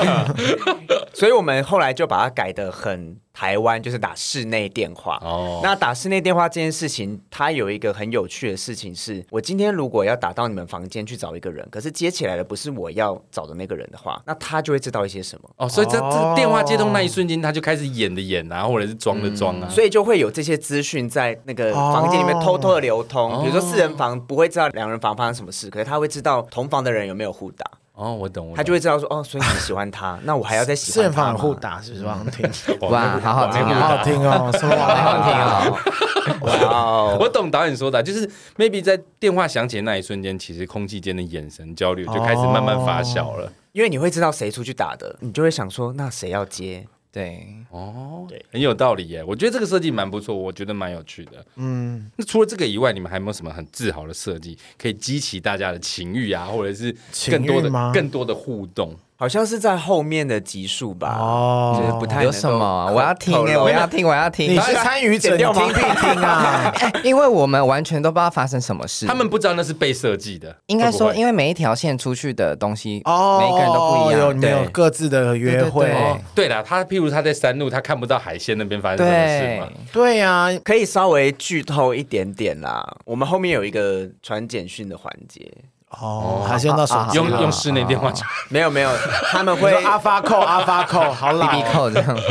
S4: 所以我们后来就把它改得很台湾，就是打室内电话。
S1: 哦
S4: 哦，那打室内电话这件事情，它有一个很有趣的事情是，我今天如果要打到你们房间去找一个人，可是接起来的不是我要找的那个人的话，那他就会知道一些什么。
S1: 哦，所以这这个电话接通那一瞬间，他就开始演的演啊，或者是装的装啊，
S4: 嗯所以就会有这些资讯在那个房间里面
S2: 哦
S4: 偷偷的流通，
S1: 哦
S4: 比如说四人房不会知道两人房发生什么事，可是他会知道同房的人有没有互打，
S1: 哦，我懂，我懂
S4: 他就会知道说哦，所以你喜欢他，那我还要再喜
S2: 四
S4: 欢
S2: 人
S4: 他
S2: 房
S4: 吗
S2: 有互打是不是？王听，
S1: 哦
S3: 哇，好好听
S2: 好
S3: 啊，
S2: 好听哦，什么
S3: 好好听
S2: 啊？
S3: 哦。
S4: 哇哦，
S1: 我懂导演说的啊，就是 maybe 在电话响起的那一瞬间，其实空气间的眼神交流就开始慢慢发酵了。
S4: 因为你会知道谁出去打的，你就会想说那谁要接，
S3: 对，
S1: 哦，对，很有道理耶。我觉得这个设计蛮不错，我觉得蛮有趣的。
S2: 嗯，
S1: 那除了这个以外，你们还有没有什么很自豪的设计可以激起大家的情欲啊，或者是更多
S2: 情欲
S1: 的
S2: 吗
S1: 更多的互动？
S4: 好像是在后面的集数吧，
S2: 哦
S4: 就是不太
S3: 有
S4: 能够
S3: 什么啊？我要听
S4: 透
S3: 哎，
S4: 露
S3: 我要听，我要听
S2: 你。是参与者，
S4: 剪
S2: 你
S4: 掉吗
S2: 听必听啊。
S3: 哎因为我们完全都不知道发生什么
S2: 嗯
S3: 事。
S1: 他们不知道那是被设计的，
S3: 应该说，
S1: 会不会
S3: 因为每一条线出去的东西，
S2: 哦，
S3: 每一个人都不一
S2: 有
S3: 样。
S2: 你们有各自的约会。哦
S3: 对
S1: 对
S3: 对对
S1: 啦，他譬如他在山路，他看不到海鲜那边发生什么事
S3: 对
S1: 嘛。，
S2: 对呀、啊，
S4: 可以稍微剧透一点点啦。我们后面有一个传简讯的环节，
S2: 哦，还是用到手机
S1: 用
S2: 了
S1: 用室内电话
S2: 啊
S4: 没有没有，他们
S2: 你
S4: 会
S2: 说阿发扣阿发扣，好老、
S3: B B 扣这样。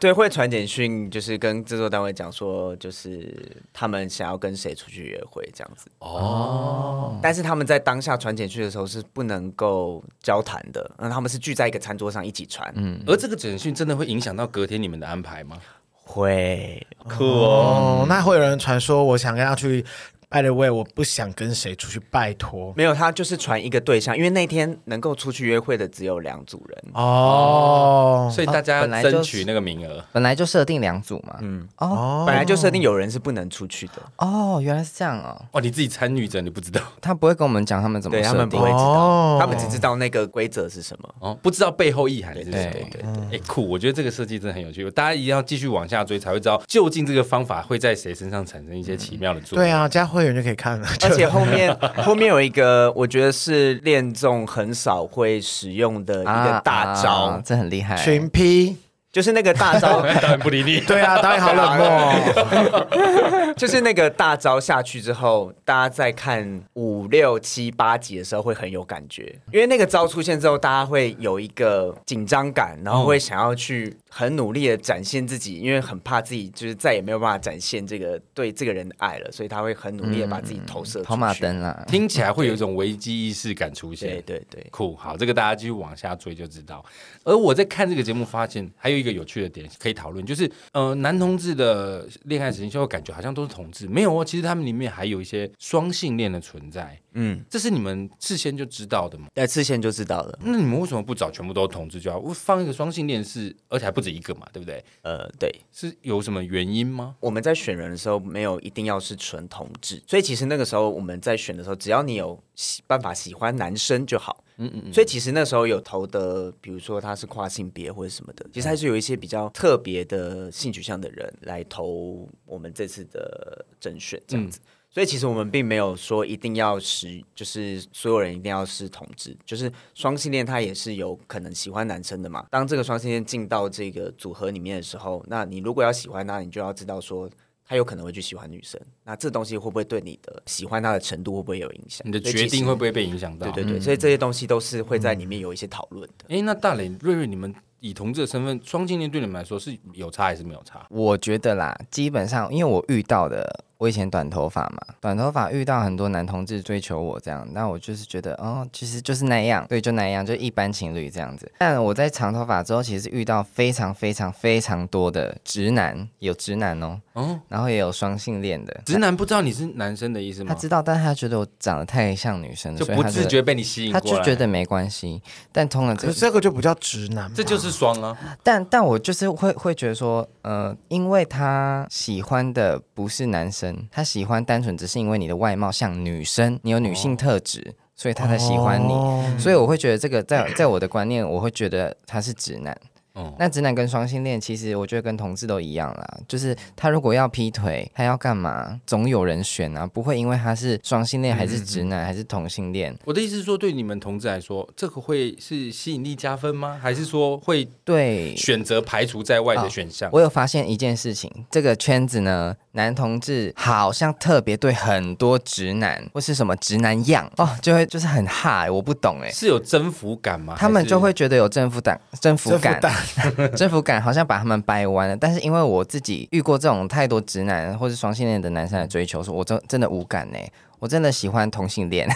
S4: 对，会传简讯，就是跟制作单位讲说，就是他们想要跟谁出去约会这样子。哦，但是他们在当下传简讯的时候是不能够交谈的，那他们是聚在一个餐桌上一起传。嗯，
S1: 而这个简讯真的会影响到隔天你们的安排吗？
S4: 会，
S1: 酷哦，
S2: 哦，那会有人传说我想要去。By the way，我不想跟谁出去，拜托。
S4: 没有，他就是传一个对象，因为那天能够出去约会的只有两组人。
S2: 哦，
S1: 所以大
S3: 哦
S1: 家
S3: 本来就
S1: 争取那个名额。
S3: 本来就设定两组嘛。嗯。哦
S4: 本来就设定有人是不能出去的，
S3: 哦，原来是这样哦。
S1: 哦，你自己参与者你不知道
S3: 他不会跟我们讲他们怎么
S4: 对他
S3: 设
S4: 们
S3: 定
S4: 不会。知道
S2: 哦，
S4: 他们只知道那个规则是什么。
S1: 哦，不知道背后意涵是什么。
S3: 对对
S1: 对哎、酷！我觉得这个设计真的很有趣，大家一定要继续往下追，才会知道究竟这个方法会在谁身上产生一些奇妙的作用。
S2: 对啊，加会员就可以看了。
S4: 而且后面后面有一个，我觉得是恋综很少会使用的一个大招，
S3: 啊这很厉害。
S2: 群批，
S4: 就是那个 大招，
S1: 当然不理你。
S2: 对啊，导演好冷 漠哦。
S4: 就是那个大招下去之后，大家在看五六七八集的时候会很有感觉，因为那个招出现之后，大家会有一个紧张感，然后会想要去很努力的展现自己，因为很怕自己就是再也没有办法展现这个对这个人的爱了，所以他会很努力的把自己投射出去。
S3: 跑马，灯啦。
S1: 听起来会有一种危机意识感出
S4: 对
S1: 现。
S4: 对对，
S1: 酷，好，这个大家继续往下追就知道。而我在看这个节目，发现还有一个有趣的点可以讨论，就是呃，男同志的恋爱情秀感觉好像都是同志，没有哦，其实他们里面还有一些双性恋的存在。
S4: 嗯，
S1: 这是你们事先就知道的吗？
S4: 在之前就知道了。
S1: 那你们为什么不找全部都同志就好？放一个双性恋是，而且还不止一个嘛，对不对？
S4: 呃，对，
S1: 是有什么原因吗？
S4: 我们在选人的时候没有一定要是纯同志，所以其实那个时候我们在选的时候，只要你有喜办法喜欢男生就好。嗯嗯所以其实那时候有投的，比如说他是跨性别或者什么
S1: 嗯
S4: 的，其实还是有一些比较特别的性取向的人来投我们这次的甄选这样
S1: 嗯
S4: 子。所以其实我们并没有说一定要是，就是所有人一定要是同志，就是双性恋他也是有可能喜欢男生的嘛。当这个双性恋进到这个组合里面的时候，那你如果要喜欢他，你就要知道说他有可能会去喜欢女生，那这东西会不会对你的喜欢他的程度会不会有影响？
S1: 你的
S4: 所以
S1: 决
S4: 其
S1: 定
S4: 实
S1: 会不会被影响到？
S4: 嗯对对对，所以这些东西都是会在里面有一些讨论的。
S1: 哎，那大磊、瑞瑞，你们以同志的身份，双性恋对你们来说是有差还是没有差？
S3: 我觉得啦，基本上因为我遇到的，我以前短头发嘛，短头发遇到很多男同志追求我这样，那我就是觉得哦，其实就是那样，对，就那样，就一般情侣这样子。但我在长头发之后，其实遇到非常非常非常多的直男，有直男哦，
S1: 哦，
S3: 然后也有双性恋的，
S1: 直男不知道你是男生的意思
S3: 他
S1: 吗？
S3: 知道，但他觉得我长得太像女生了，
S1: 就
S3: 所以
S1: 不
S3: 他
S1: 自觉被你吸引
S3: 他
S1: 过
S3: 就
S1: 来，
S3: 觉得嗯没关系。但通常这
S2: 可
S3: 个
S2: 是这个就不叫直男吧，
S1: 这就是双啊，
S3: 但但我就是会会觉得说，呃，因为他喜欢的不是男生，他喜欢单纯只是因为你的外貌像女生，你有女性特质，所以他才喜欢你。
S2: 哦
S3: 所以我会觉得这个在在我的观念，我会觉得他是直男。
S1: 哦
S3: 那直男跟双性恋，其实我觉得跟同志都一样啦，就是他如果要劈腿，他要干嘛，总有人选啊，不会因为他是双性恋还是直男还是同性恋，
S1: 我的意思是说，对你们同志来说，这个会是吸引力加分吗？还是说会
S3: 对，
S1: 选择排除在外的选项？
S3: 啊我有发现一件事情，这个圈子呢，男同志好像特别对很多直男或是什么直男样哦，就会就是很哈、我不懂哎、
S1: 是有征服感吗？
S3: 他们
S1: 还是
S3: 就会觉得有征服感，征服
S2: 这
S3: 感
S2: 负，担
S3: 征服感好像把他们掰弯了。但是因为我自己遇过这种太多直男或是双性恋的男生来追求，说我真真的无感呢、欸我真的喜欢同性恋。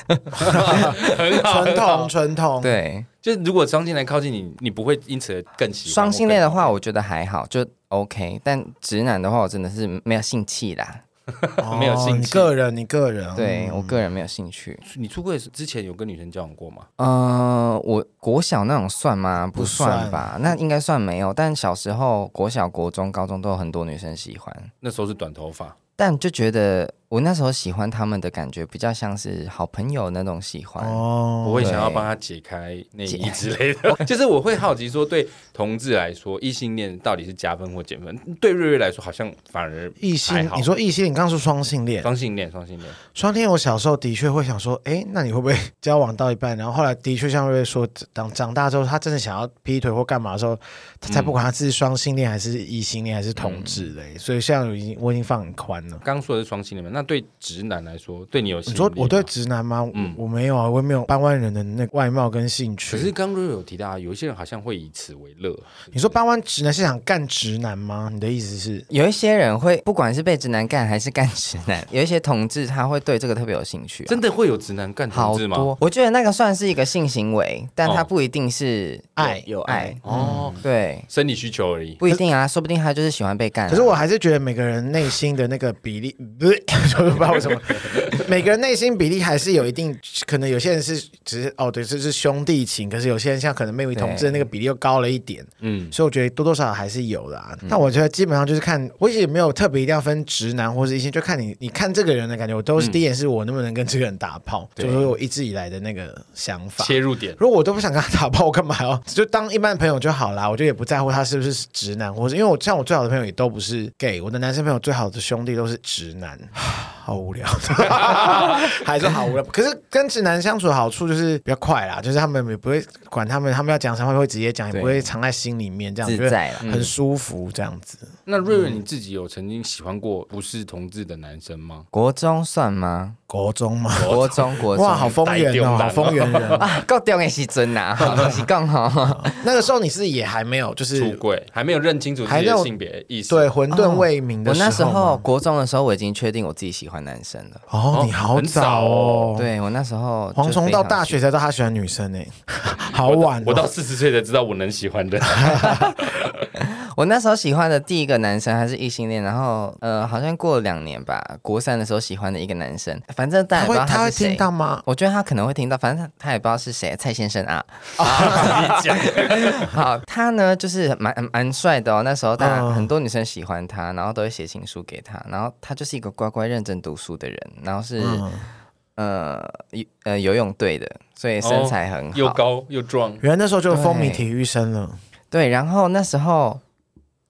S1: 很好，
S2: 传
S1: 很好
S2: 统传统，
S3: 对，
S1: 就是如果双性来靠近你，你不会因此而更喜欢
S3: 双性恋的话，
S1: 或
S3: 我觉得还好，就 OK。但直男的话，我真的是没有兴趣啦。
S2: 哦
S1: 没有兴趣
S2: 你个人你个人
S3: 对我
S2: 嗯
S3: 个人没有兴趣。
S1: 更你出柜时之前有跟女生交往过吗？
S3: 呃，我国小那种算吗？
S2: 不
S3: 不算
S2: 算
S3: 吧，那应该算没有。但小时候，国小、国中、高中都有很多女生喜欢，
S1: 那时候是短头发，
S3: 但就觉得我那时候喜欢她们的感觉比较像是好朋友那种喜欢。
S2: 哦
S1: 不会想要帮她解开内衣之类 的。就是我会好奇说，对同志来说，异性恋到底是加分或减分？对瑞瑞来说，好像反而
S2: 异
S1: 还
S2: 性，
S1: 好
S2: 你说异性，你刚刚说双性恋，
S1: 双性恋，双性恋。
S2: 双性恋我小时候的确会想说，哎，那你会不会交往到一半，然后后来的确像瑞瑞说，长长大之后，他真的想要劈腿或干嘛的时候，他才不管他是双性恋还是异性恋还是同志
S1: 嗯
S2: 嘞，所以现在我已经我已经放很宽了。
S1: 刚说的是双性恋嘛，那对直男来说，对你有吸引
S2: 你
S1: 力吗
S2: 说我对直男吗？
S1: 嗯
S2: 我没有啊，我也没有班湾人的那个外貌跟兴趣。
S1: 可是刚瑞瑞有提到啊，有一些人好像会以此为乐。
S2: 你说班湾直男是想干直男吗？你的意思是？
S3: 有一些人会，不管是被直男干还是干直男， 有一些同志他会对这个特别有兴趣啊、
S1: 真的会有直男干同
S3: 好
S1: 志吗？
S3: 多，我觉得那个算是一个性行为，但
S1: 哦
S3: 他不一定是
S2: 爱嗯
S4: 有爱
S3: 爱，
S1: 哦，
S3: 对，
S1: 生理需求而已。
S3: 不一定啊，说不定他就是喜欢被
S1: 哎
S3: 干啊、
S2: 可是我还是觉得每个人内心的那个比例， 不是，不知道为什 么，每个人内心比例还是有一定，可能有些人是只是哦，对，这是兄弟情，可是有些人像可能妹妹同志的那个比例又高了一点，
S1: 嗯，
S2: 所以我觉得多多少少还是有的、啊。但我觉得基本上就是看，我也没有特别一定要分直男或是异性，就看你你看这个人的感觉，我都是、第一眼是我能不能跟这个人打炮，
S1: 嗯对
S2: 就是我一直以来的那个想法。
S1: 切入点。
S2: 如果我都不想跟他打炮，我干嘛要 就当一般朋友就好啦？我就也不在乎他是不是直男，或者因为我像我最好的朋友也都不是 gay，我的男生朋友最好的兄弟都是直男， 好无聊， 还是好无聊。可是跟直男相处的好处就是比较快啦，就是他们也不会管他们，他们要讲什么会直接讲，也
S3: 对
S2: 不会藏在心里面，这样
S3: 自在啦嗯
S2: 就是很舒服这样子。
S1: 那瑞瑞你
S2: 嗯
S1: 自己有曾经喜欢过不是同志的男生吗？
S3: 国中算吗？
S2: 国中嘛，
S3: 国中国中
S2: 哇，好丰
S1: 带
S2: 原
S1: 丢
S2: 哦，
S1: 男
S2: 好丰原人。
S3: 啊，够中的时阵呐，好老实讲吼，
S2: 那个时候你是也还没有，就
S1: 出
S2: 是
S1: 柜还没有认清楚自
S2: 还
S1: 己
S2: 没
S1: 的
S2: 有
S1: 性别意识。
S2: 对混
S3: 哦
S2: 沌未明的
S3: 我那时
S2: 时候
S3: 候
S2: 吗。
S3: 国中的时候，我已经确定我自己喜欢男生了。
S2: 哦，你好
S1: 很早
S2: 早哦
S1: 哦，
S3: 对我那时候就
S2: 蝗虫到
S3: 非常
S2: 大学才知道他喜欢女生呢、好晚、哦
S1: 我到四十岁才知道我能喜 欢的。
S3: 确，我那时候喜欢的第一个男生还是异性恋，然后呃，好像过了两年吧，国三的时候喜欢的一个男生，反正
S2: 他
S3: 大家也不
S2: 会
S3: 知道
S2: 他会
S3: 是谁
S2: 听。到吗？
S3: 我觉得他可能会听到，反正他他也不知道是谁，蔡先生啊。 好，他呢就是蛮蛮帅的哦。那时候大家
S2: 嗯
S3: 很多女生喜欢他，然后都会写情书给他，然后他就是一个乖乖认真读书的人，然后是、
S2: 嗯，
S3: 呃游呃游泳队的，所以身材很好。
S1: 又高又壮，
S2: 原来那时候就风靡
S3: 对
S2: 体育生了，
S3: 对，然后那时候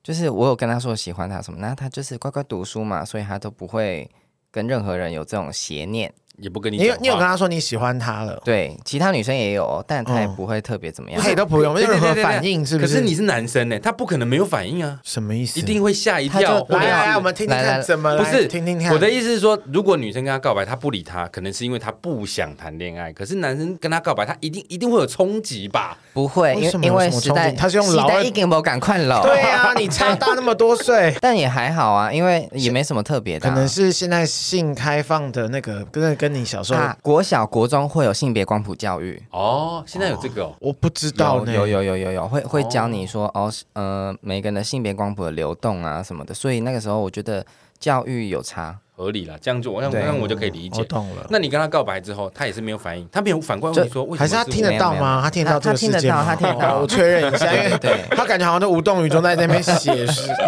S3: 就是我有跟他说我喜欢他什么，那他就是乖乖读书嘛，所以他都不会跟任何人有这种邪念。
S1: 也不跟你
S2: 你
S1: 讲
S2: 有
S1: 话。
S2: 你有跟他说你喜欢他了，
S3: 对，其他女生也有哦，但她也
S2: 哦
S3: 不会特别怎么样
S2: 他。也都不用没有任何反应，是不
S1: 可是你
S2: 是
S1: 是男生欸呢，他不可能没有反应啊，
S2: 什么意思？
S1: 一定会啊吓一
S3: 他就
S1: 跳。或者
S2: 来来来，
S1: 是
S2: 我们听听
S3: 来来
S2: 看
S3: 来
S2: 怎么
S1: 不
S2: 来
S1: 是
S2: 听听看。
S1: 我的意思是说，如果女生跟他告白，他不理他，可能是因为他不想谈恋爱。可是男生跟他告白，他一定一定会有冲击吧？
S3: 不会，
S2: 为
S3: 因
S2: 什么
S3: 为因
S2: 有
S3: 为
S2: 什么
S3: 时
S2: 冲
S3: 代
S2: 突他是用
S3: 时
S2: 老
S3: 代
S2: 二
S3: 一给我赶快 了。，
S2: 对啊，你差大那么多岁
S3: 但也还好啊，因为也没什么特别的
S2: 可
S3: 啊、
S2: 能是现在性开放的那个，跟跟你小时候，
S3: 啊，国小国中会有性别光谱教育。
S1: 哦，现在有这个哦。
S2: 我不知道
S3: 有
S2: 呢。
S3: 有有有有有会会教你说哦，是呃，每个人的性别光谱的流动啊什么的，所以那个时候我觉得教育有差，
S1: 合理了，这样就我那
S3: 对
S1: 那我就可以理
S2: 我
S1: 解。
S2: 懂了。
S1: 那你跟他告白之后，他也是没有反应，他没有
S2: 哦
S1: 反过来问你说为什么
S2: 还是他
S1: 我
S2: 听得到
S3: 没有没
S2: 吗？他听得到这个
S3: 他
S2: 事
S3: 听得
S2: 件吗？
S3: 到他听得到
S2: 哦我确认一 下，因为
S3: 对对
S2: 他感觉好像都无动于衷，在那边 写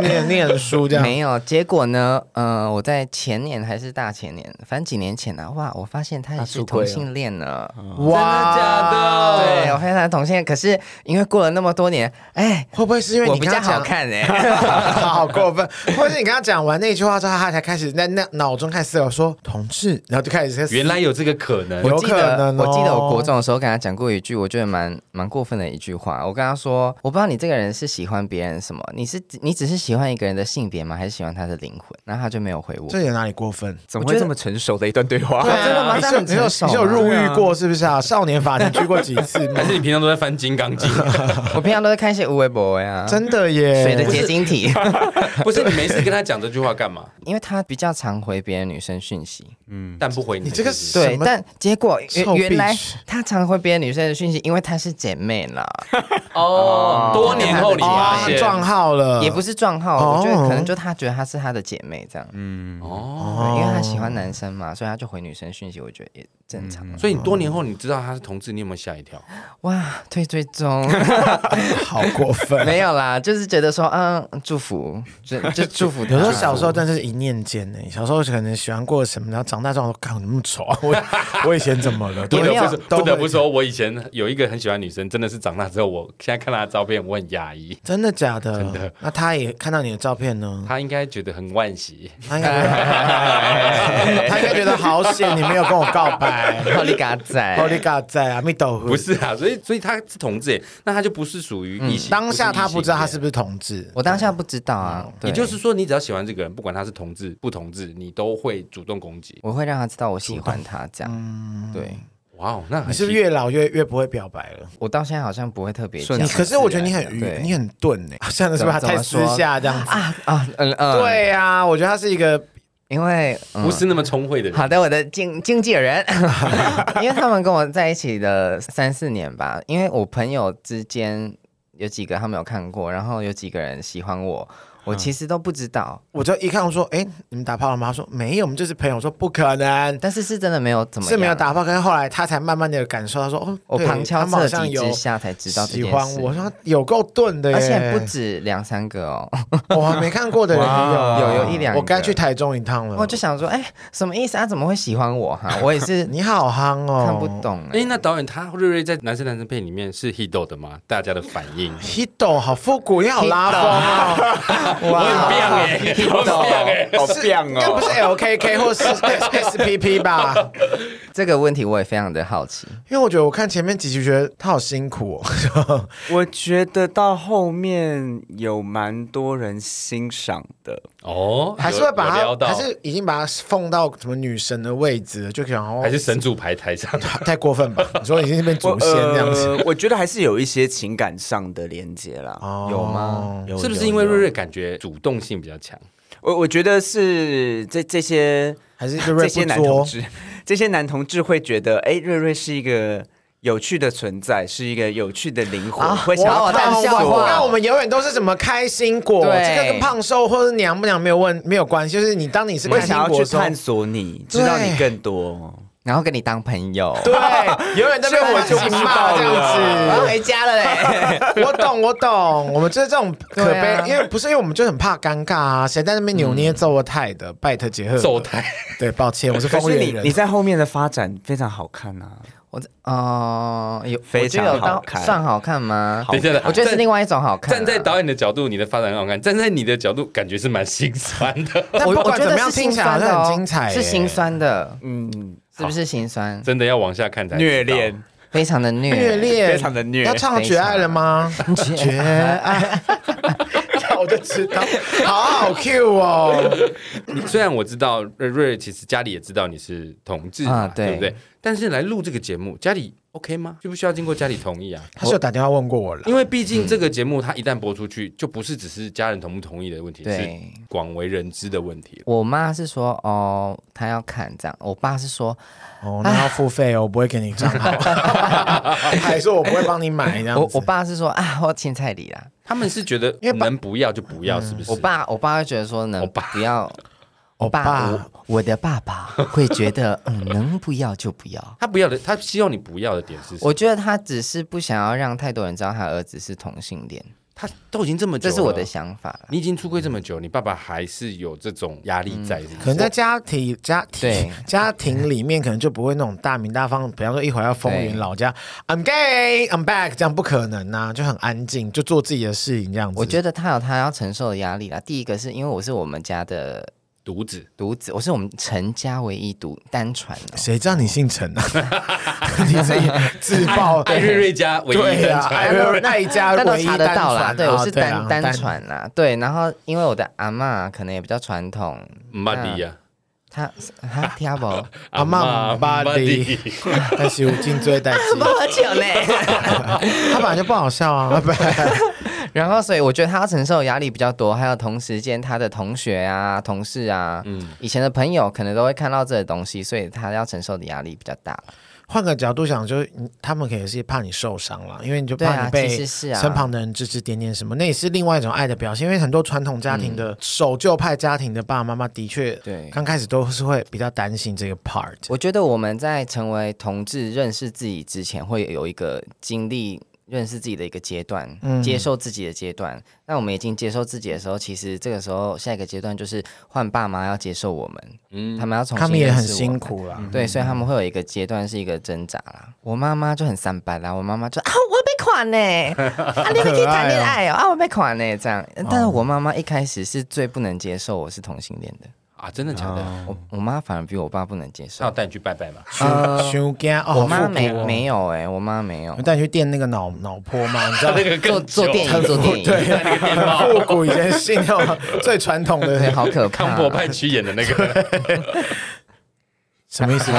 S2: 念念书这样。
S3: 没有。结果呢，呃，我在前年还是大前年，反正几年前啊，哇，我发现他也
S4: 他
S3: 是
S4: 出柜
S3: 同
S4: 了
S3: 性恋呢。
S2: 哇，
S1: 真的假的
S3: 对，我发现他是同性恋，可是因为过了那么多年，哎，
S2: 会不会是因为
S3: 我
S2: 你
S3: 比
S2: 跟他
S3: 较好
S2: 讲，
S3: 看 哎、
S2: 好过分，或者是你跟他讲完那句话之后，他才开始在那脑中开始思考说同志，然后就开始
S1: 原来有这个可能
S2: 有
S3: 我记
S2: 可
S3: 得
S2: 能哦
S3: 我记得我国中的时候跟他讲过一句，我觉得蛮蛮过分的一句话。我跟他说，我不知道你这个人是喜欢别人什么，你是你只是喜欢一个人的性别吗？还是喜欢他的灵魂？然后他就没有回我。
S2: 这有哪里过分？
S4: 怎么会这么成熟的一段对话？
S3: 对啊真的吗
S2: 你
S3: 这
S2: 是有你
S3: 样
S2: 有
S3: 很成熟
S2: 你是有
S3: 吗嗯
S2: 入狱过是不是啊？少年法庭去过几 次吗
S1: 还？是你平常都在翻《金刚 经》？
S3: 我平常都在看一些无微博呀，
S2: 真的耶，哦
S3: 水的结晶体，
S1: 不是你没事跟他讲这句话干嘛？
S3: 因为他比较常回别的女生讯息。
S1: 但不回你
S2: 你
S1: 的
S2: 这个
S1: 信息
S2: 什
S3: 对，
S2: 么
S3: 但结果
S2: 臭
S3: 原原来
S2: bitch
S3: 他常回别的女生的讯息，因为她是姐妹 啦，
S1: 哦，多年后你发
S2: 哦
S1: 现
S2: 撞号了，
S3: 啊也不是撞
S2: 哦
S3: 号，我觉得可能就他觉得她是他的姐妹这样，
S1: 哦，
S3: 对因为他喜欢男生嘛，所以他就回女生讯息，我觉得也正常。啊
S1: 所以你多年后你知道他是同志，你有没有吓一跳？
S3: 哇，退追踪
S2: 好过分。
S3: 没有啦，就是觉得说，嗯，祝福，就就祝福他。
S2: 有时候小时候真的是一念间呢，小时候可能喜欢过什么，然后长大之后，看我那么丑啊，我我以前怎么了？
S1: 不
S2: 都
S3: 也没
S1: 得
S3: 有
S1: 不说，
S2: 都
S1: 不得不说，我以前有一个很喜欢的女生，真的是长大之后，我现在看她的照片，我很压抑。
S2: 真的假的？
S1: 真的。
S2: 那他也看到你的照片呢？
S1: 她应该觉得很惋惜，
S2: 他应该，他应该觉得好险，你没有跟我告白。
S3: 好利嘎仔，
S2: Holy God 在啊，蜜豆
S1: 不是啊，所以所以她是同志耶，那她就不是属于异性。
S2: 嗯当下他不知道他
S1: 是异
S2: 是
S1: 性
S2: 不是同志，
S3: 我当下不知道
S2: 嗯
S3: 啊，对
S1: 恋，也就是说，你只要喜欢这个人，不管他是同志不同志，你都会主动攻击。
S3: 我会让他知道我喜欢他这
S2: 嗯
S3: 样。对
S1: 哇哦，那很
S2: 你是不是
S1: 奇
S2: 越老越越不会表白了？
S3: 我到现在好像不会特别讲啊
S4: 顺
S2: 你
S4: 其
S2: 可是我觉得你
S1: 啊
S2: 很愚
S3: 对，
S2: 你很钝哎，像是不是
S3: 怎么
S2: 太私下这样子？
S3: 啊啊嗯嗯，，
S2: 对啊，我觉得他是一个
S3: 因为嗯
S1: 不是那么聪慧的
S2: 嗯
S1: 人？
S3: 好的，我的经经纪人， 因为他们跟我在一起的三四年吧，因为我朋友之间有几个他们有看过，然后有几个人喜欢我，我
S2: 嗯
S3: 其实都不知道，
S2: 我就一看，我说：“哎、你们打炮了吗？”他说：“没有，我们就是朋友。”我说：“不可能，
S3: 但是是真的没有怎么样
S2: 是没有，打炮。”跟后来他才慢慢的感受，他说：“哦，
S3: 我
S2: 对
S3: 旁敲
S2: 他们好
S3: 侧
S2: 像
S3: 击之
S2: 有
S3: 下才知道这
S2: 喜
S3: 件事
S2: 欢我。”我说：“有够钝的耶，
S3: 而且不止两三个 哦，
S2: 我还没看过的人也
S4: 哇
S2: 有，
S3: 有有一两个
S2: 我该去台中一趟了。
S3: 我就想说，哎、什么意思？他怎么会喜欢我 哈？我也是
S2: 你好憨哦，
S3: 看不。懂、
S1: 哎
S3: 哎，
S1: 那导演他瑞瑞在《男生男生配》里面是 Hido 的吗？大家的反 应，
S2: Hido 好复古，你好拉风哦，
S1: 我很变哎，我很变 哎，
S4: 好哦棒
S2: 应该不是！LKK 或是 SPP 吧？
S3: 这个问题我也非常的好奇。
S2: 因为我觉得我看前面几集，觉得他好辛苦哦。
S4: 我觉得到后面有蛮多人欣赏的，
S1: 哦，
S2: 还是会把
S1: 有有撩到
S2: 他，还是已经把他放到什么女神的位置了，就想哦
S1: 还是神主牌台上。
S2: 太过 分吧？你说已经是变祖
S4: 我
S2: 先这样子，
S4: 呃， 我觉得还是有一些情感上的连接啦。
S2: 哦
S3: 有吗？
S4: 有
S1: 是不是因为
S4: 有
S1: 瑞瑞感觉主动性比较强？
S4: 我我觉得是这这些
S2: 还是就
S4: 这
S2: 瑞
S4: 些
S2: 不
S4: 男同
S2: 作？
S4: 志， 这些男同志会觉得，哎，瑞瑞是一个有趣的存在，是一个有趣的灵
S2: 啊
S4: 魂，会想
S3: 把
S4: 要
S3: 我当
S4: 探
S3: 笑
S4: 索。
S3: 话
S2: 那我们永远都是什么开心果？
S3: 对
S2: 这个跟胖瘦或者娘不娘没有问没有关系，就是你当你是
S4: 会
S2: 开心
S4: 想要
S2: 果
S4: 去
S2: 的时候
S4: 探，索你，知道你更多。
S3: 然后跟你当朋友，
S2: 对，永远都被我亲骂这
S3: 我要
S2: 样
S3: 回家了 嘞。
S2: 子。我懂，我懂，我们就是这种可悲，
S3: 对啊
S2: 因为不是因为我们就很怕尴尬啊，谁在那边
S1: 嗯
S2: 扭捏揍太的，拜特杰赫
S1: 走台，
S2: 对，抱歉，我是
S4: 可
S2: 风
S4: 是
S2: 原
S4: 你
S2: 人
S4: 你。在后面的发展非常好看啊！
S3: 我这哦、有
S4: 非常
S3: 我觉得有到
S4: 好看
S3: 算好看吗？
S1: 等一下，
S3: 我觉得是另
S1: 外。
S3: 外一种好看啊、
S1: 站在导演的角度，你的发展很好看；站在你的角度，感觉是蛮心酸的。
S2: 但
S3: 我
S2: 不
S3: 我
S2: 管
S3: 觉
S2: 怎么
S3: 得
S2: 样，
S3: 是
S2: 听
S3: 心
S2: 起来好
S3: 酸的
S2: 像
S3: 哦
S2: 很精彩耶，
S3: 是心酸的。
S4: 嗯，
S3: 是不是心酸？
S1: 真的要往下看才知道
S4: 虐恋，
S3: 非常的 虐
S2: 虐恋
S4: 非常的虐
S2: 要唱《绝爱》了吗？ 绝爱， 我就知道， 好啊好 Q 哦。
S1: 虽然我知道呃瑞瑞其实家里也知道你是同志嘛，
S3: 啊对
S1: 对不对？但是来录这个节目，家里 OK 吗？需不需要经过家里同意啊？
S2: 他是有打电话问过我了，
S1: 因为毕竟这个节目它一旦播出去，就不是只是家人同不同意的问题，是
S3: 对。
S1: 广为人知的问题了。
S3: 我妈是说哦，她要看这样，我爸是说，
S2: 哦，那要付费哦，我不会给你账 号，还说我不会帮你买这样
S3: 我
S2: 子
S3: 我。爸是说啊，我青菜里啦。
S1: 他们是觉得
S2: 因为爸
S1: 能不要就不要，是不是？
S3: 我爸我爸会觉得说能不要，我
S2: 爸
S3: 我我的爸爸会觉得嗯，能不要就不要。
S1: 他不要的，他希望你不要的点是什么？
S3: 我觉得他只是不想要让太多人知道他儿子是同性恋，
S1: 他都已经这么久
S3: 这
S1: 了，
S3: 是我的想法啦。
S1: 你已经出柜这么久，你爸爸还是有这种压力在，是不是
S2: 可能在家庭家庭
S3: 对
S2: 家庭里面，可能就不会那种大名大放，比方说一会儿要风云
S3: 对
S2: 老家，I'm gay, I'm back，这样不可能呐、就很安静，就做自己的事情这样子。
S3: 我觉
S2: 得
S3: 得他有他要承受的压力啦。第一个是因为我是我们家的
S1: 独子，
S3: 独子，我是我们陈家唯一独单传哦、
S2: 谁知道你姓陈啊？ 你自己自 爆
S1: 艾瑞瑞家唯一
S2: 对
S1: 单
S2: 啊，艾
S1: 传，
S2: 瑞那一家
S3: 但都
S2: 唯一
S3: 查
S2: 单
S3: 得到
S2: 传
S3: 啦
S2: 啊，
S3: 对，我是单、
S2: 啊
S3: 单。传啦，对。然后因为我的阿嬷可能也比较传统，
S1: 马迪呀，
S3: 她她听不 懂，
S2: 阿
S1: 嬷
S2: 曼巴迪， 但是有颈椎 带肌，
S3: 喝酒嘞。
S2: 他本来就不好笑啊， 不
S3: 然后所以我觉得她承受的压力比较多，还有同时间她的同学啊、同事啊，
S1: 嗯
S3: 以前的朋友可能都会看到这个东西，所以她要承受的压力比较大。
S2: 换个角度想，就是你他们可能也是怕你受伤了，因为你就
S3: 对
S2: 怕
S3: 啊
S2: 你被
S3: 其实是啊
S2: 身旁的人指指点点什么，那也是另外一种爱的表现。因为很多传统家庭的守旧派家庭的爸爸妈妈的确，
S3: 嗯对
S2: 刚开始都是会比较担心这个 part。
S3: 我觉得我们在成为同志、认识自己之前，会有一个经历认识自己的一个阶段，
S2: 嗯
S3: 接受自己的阶段。那我们已经接受自己的时候，其实这个时候下一个阶段就是换爸妈要接受我们，
S1: 嗯
S3: 他们要重新
S2: 他们也很
S3: 认识我
S2: 辛。苦嗯啦，
S3: 对，所以他们会有一个阶段是一个挣扎啦。我妈妈就很三白啦，我妈妈就啊，我被款 呢，啊，你们可以谈恋爱哦，啊，我被款呢，这样。
S2: 哦
S3: 但是我妈妈一开始是最不能接受我是同性恋的，
S1: 啊，真的假的？
S3: 我我妈反而比我爸不能接受
S1: 他要。带你去拜拜吗？
S2: 修修干哦，
S3: 嗯我妈
S2: 好复古
S3: 没
S2: 哦
S3: 没有哎、我妈没有
S2: 我带你去垫那个脑脑波嘛，你知道
S1: 那个
S3: 做
S1: 更
S3: 做
S1: 久
S3: 电影做电影，
S2: 对， 很复古以前是那种最传统
S3: 对，
S2: 的，
S3: 好可 怕、
S1: 康伯 派区演的那个，
S2: 什么 意思？
S3: 突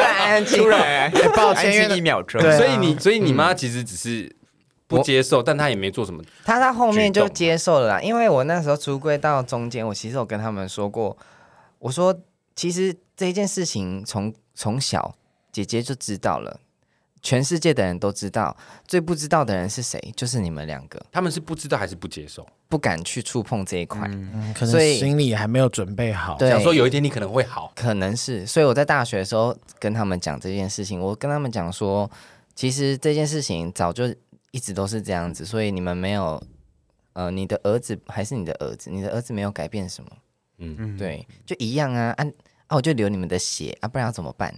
S3: 然突 然
S2: 哎抱
S4: 安
S2: 歉，因为
S4: 静一秒钟，
S2: 对啊
S1: 所以你所以你妈
S3: 嗯
S1: 其实只是不接受，但她也没做什么。
S3: 他到后面就接受了啦，因为我那时候出柜到中间，我其实有跟他们说过，我说其实这一件事情从从小姐姐就知道了，全世界的人都知道，最不知道的人是谁，就是你们两个
S1: 他们是不知道还是不接受？
S3: 不敢去触碰这一块，
S2: 嗯可
S3: 所
S2: 能
S3: 以
S2: 心里还没有准备好。
S3: 对，
S1: 想说有一天你可能会好，
S3: 可能是，所以我在大学的时候跟他们讲这件事情，我跟他们讲说，其实这件事情早就一直都是这样子，所以你们没有，呃，你的儿子还是你的儿子，你的儿子没有改变什么，
S1: 嗯，
S3: 对，就一样啊，啊啊，我就流你们的血啊，不然要怎么办？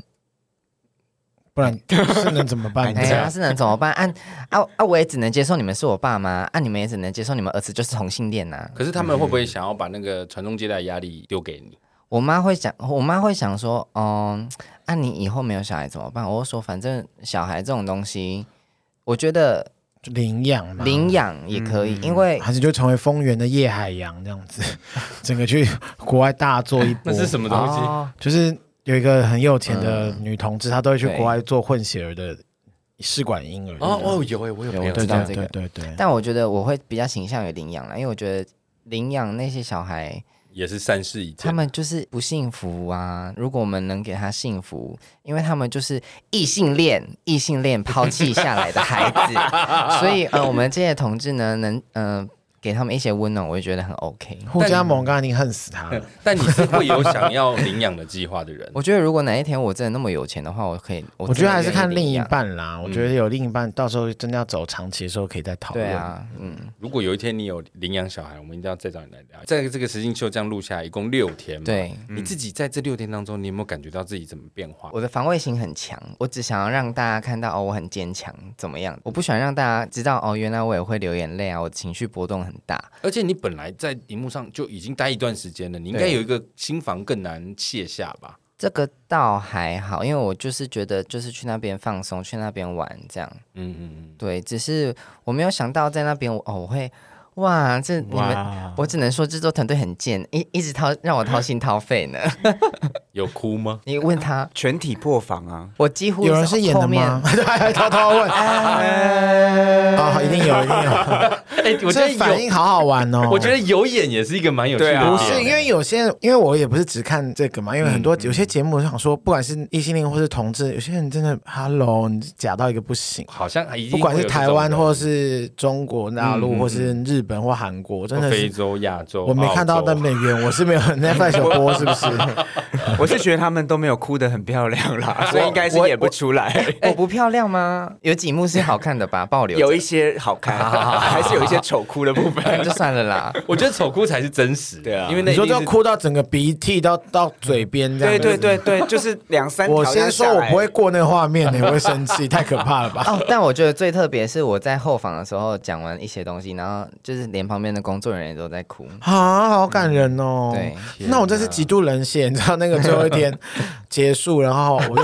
S2: 不然是能怎么办？
S3: 哎呀，
S2: 呢？
S3: 是能怎么办？啊啊啊，我也只能接受你们是我爸妈，啊，你们也只能接受你们儿子就是同性恋呐、啊
S1: 可是他们会不会想要把那个传宗接代的压力丢给你？
S3: 我妈会想，我妈会想说，嗯，啊，你以后没有小孩怎么办？我就说，反正小孩这种东西，我觉得
S2: 就领养嘛，
S3: 领养也可以，
S1: 嗯
S3: 因为
S2: 还是就成为丰原的叶海洋这样子，整个去国外大做一
S1: 那。
S2: 波
S1: 是什么东西？
S3: 哦
S2: 就是有一个很有钱的女同志，她都会去
S3: 嗯对
S2: 国外做混血儿的试管婴儿。
S1: 哦哦，有哎，我有
S3: 有
S1: 朋友
S3: 我
S2: 对
S3: 知道
S2: 对
S3: 这
S2: 对
S3: 个
S2: 对对。
S3: 但我觉得我会比较倾向于领养啦，因为我觉得领养那些小孩，
S1: 也是善事一
S3: 他
S1: 件。
S3: 们就是不幸福啊。如果我们能给他幸福，因为他们就是异性恋，异性恋抛弃下来的孩 子，所以呃，我们这些同志呢，能呃给他们一些温暖，我就觉得很 OK。
S2: 互加盟刚刚已经恨死他了，
S1: 但你是会有想要领养的计划的人，
S3: 我觉得如果哪一天我真的那么有钱的话，我可以，我
S2: 我觉
S3: 真的
S2: 得还是看
S3: 愿
S2: 另
S3: 意领
S2: 一
S3: 养。
S2: 半啦。我觉
S1: 嗯
S2: 得有另一半，到时候真的要走长期的时候可以再讨论。
S3: 对，啊，嗯，
S1: 如果有一天你有领养小孩，我们一定要再找你来聊。在这个实境秀这样录下来，一共六天嘛。
S3: 嗯对，
S1: 你自己在这六天当中，你有没有感觉到自己怎么变化？
S3: 我的防卫心很强，我只想要让大家看到哦，我很坚强，怎么样？我不喜欢让大家知道哦，原来我也会流眼泪啊，我情绪波动很大。
S1: 而且你本来在荧幕上就已经待一段时间了，你应该有一个心房更难卸下吧？
S3: 这个倒还好，因为我就是觉得就是去那边放松，去那边玩这样。
S1: 嗯嗯嗯，
S3: 对，只是我没有想到在那边我哦我会。哇，这你们，
S2: 哇
S3: 我只能说制作团队很贱，一一直掏让我掏心掏肺呢。
S1: 有哭吗？
S3: 你问他，
S4: 全体破防啊！
S3: 我几乎
S2: 有人是演
S3: 后
S2: 的
S3: 面
S2: 吗？ 对，还偷偷 问。啊，一定有，一定有。
S1: 哎， 我觉得
S2: 这反应
S1: 有，
S2: 好好玩哦。
S1: 我觉得有演也是一个蛮有趣的
S4: 对啊
S1: 点。
S2: 不是，因为有些，因为我也不是只看这个嘛，因为
S1: 嗯
S2: 很多、有些节目，我想说，不管是异性恋或是同志，有些人真的，Hello，你假到一个不行。
S1: 好像已经
S2: 不管是台湾或
S1: 是
S2: 是中国大
S1: 嗯
S2: 陆，或是日本或韩国，真的
S1: 哦非
S2: 是
S1: 洲、亚洲，
S2: 我没看到
S1: 澳洲
S2: 的美元，我 是没有 Netflix 有播，是不是？
S4: 我是觉得他们都没有哭得很漂亮 啦，所以应该是演不出来。
S3: 我不漂亮吗？哎有几幕是好看的 吧，爆流
S4: 有一些好看，还是有一些丑哭的 部分。
S3: 就算了啦。
S1: 我觉得丑哭才是真实，
S4: 对啊
S1: 因为那
S2: 你
S1: 一
S2: 说
S1: 定
S2: 就要
S1: 是
S2: 哭到整个鼻涕到到嘴边这样
S4: 对
S2: 子。
S4: 对对对， 就是两三条。
S2: 我先说，我不会。过那个画面的，我会生气，太可怕了 吧？
S3: 哦，但我觉得最特别是我在后访的时候讲完一些东西，然后就是连旁边的工作人员也都在哭。
S2: 啊，好感人哦！
S3: 对
S2: 那我真是极度冷血，你知道那个最后一天结束，然后我就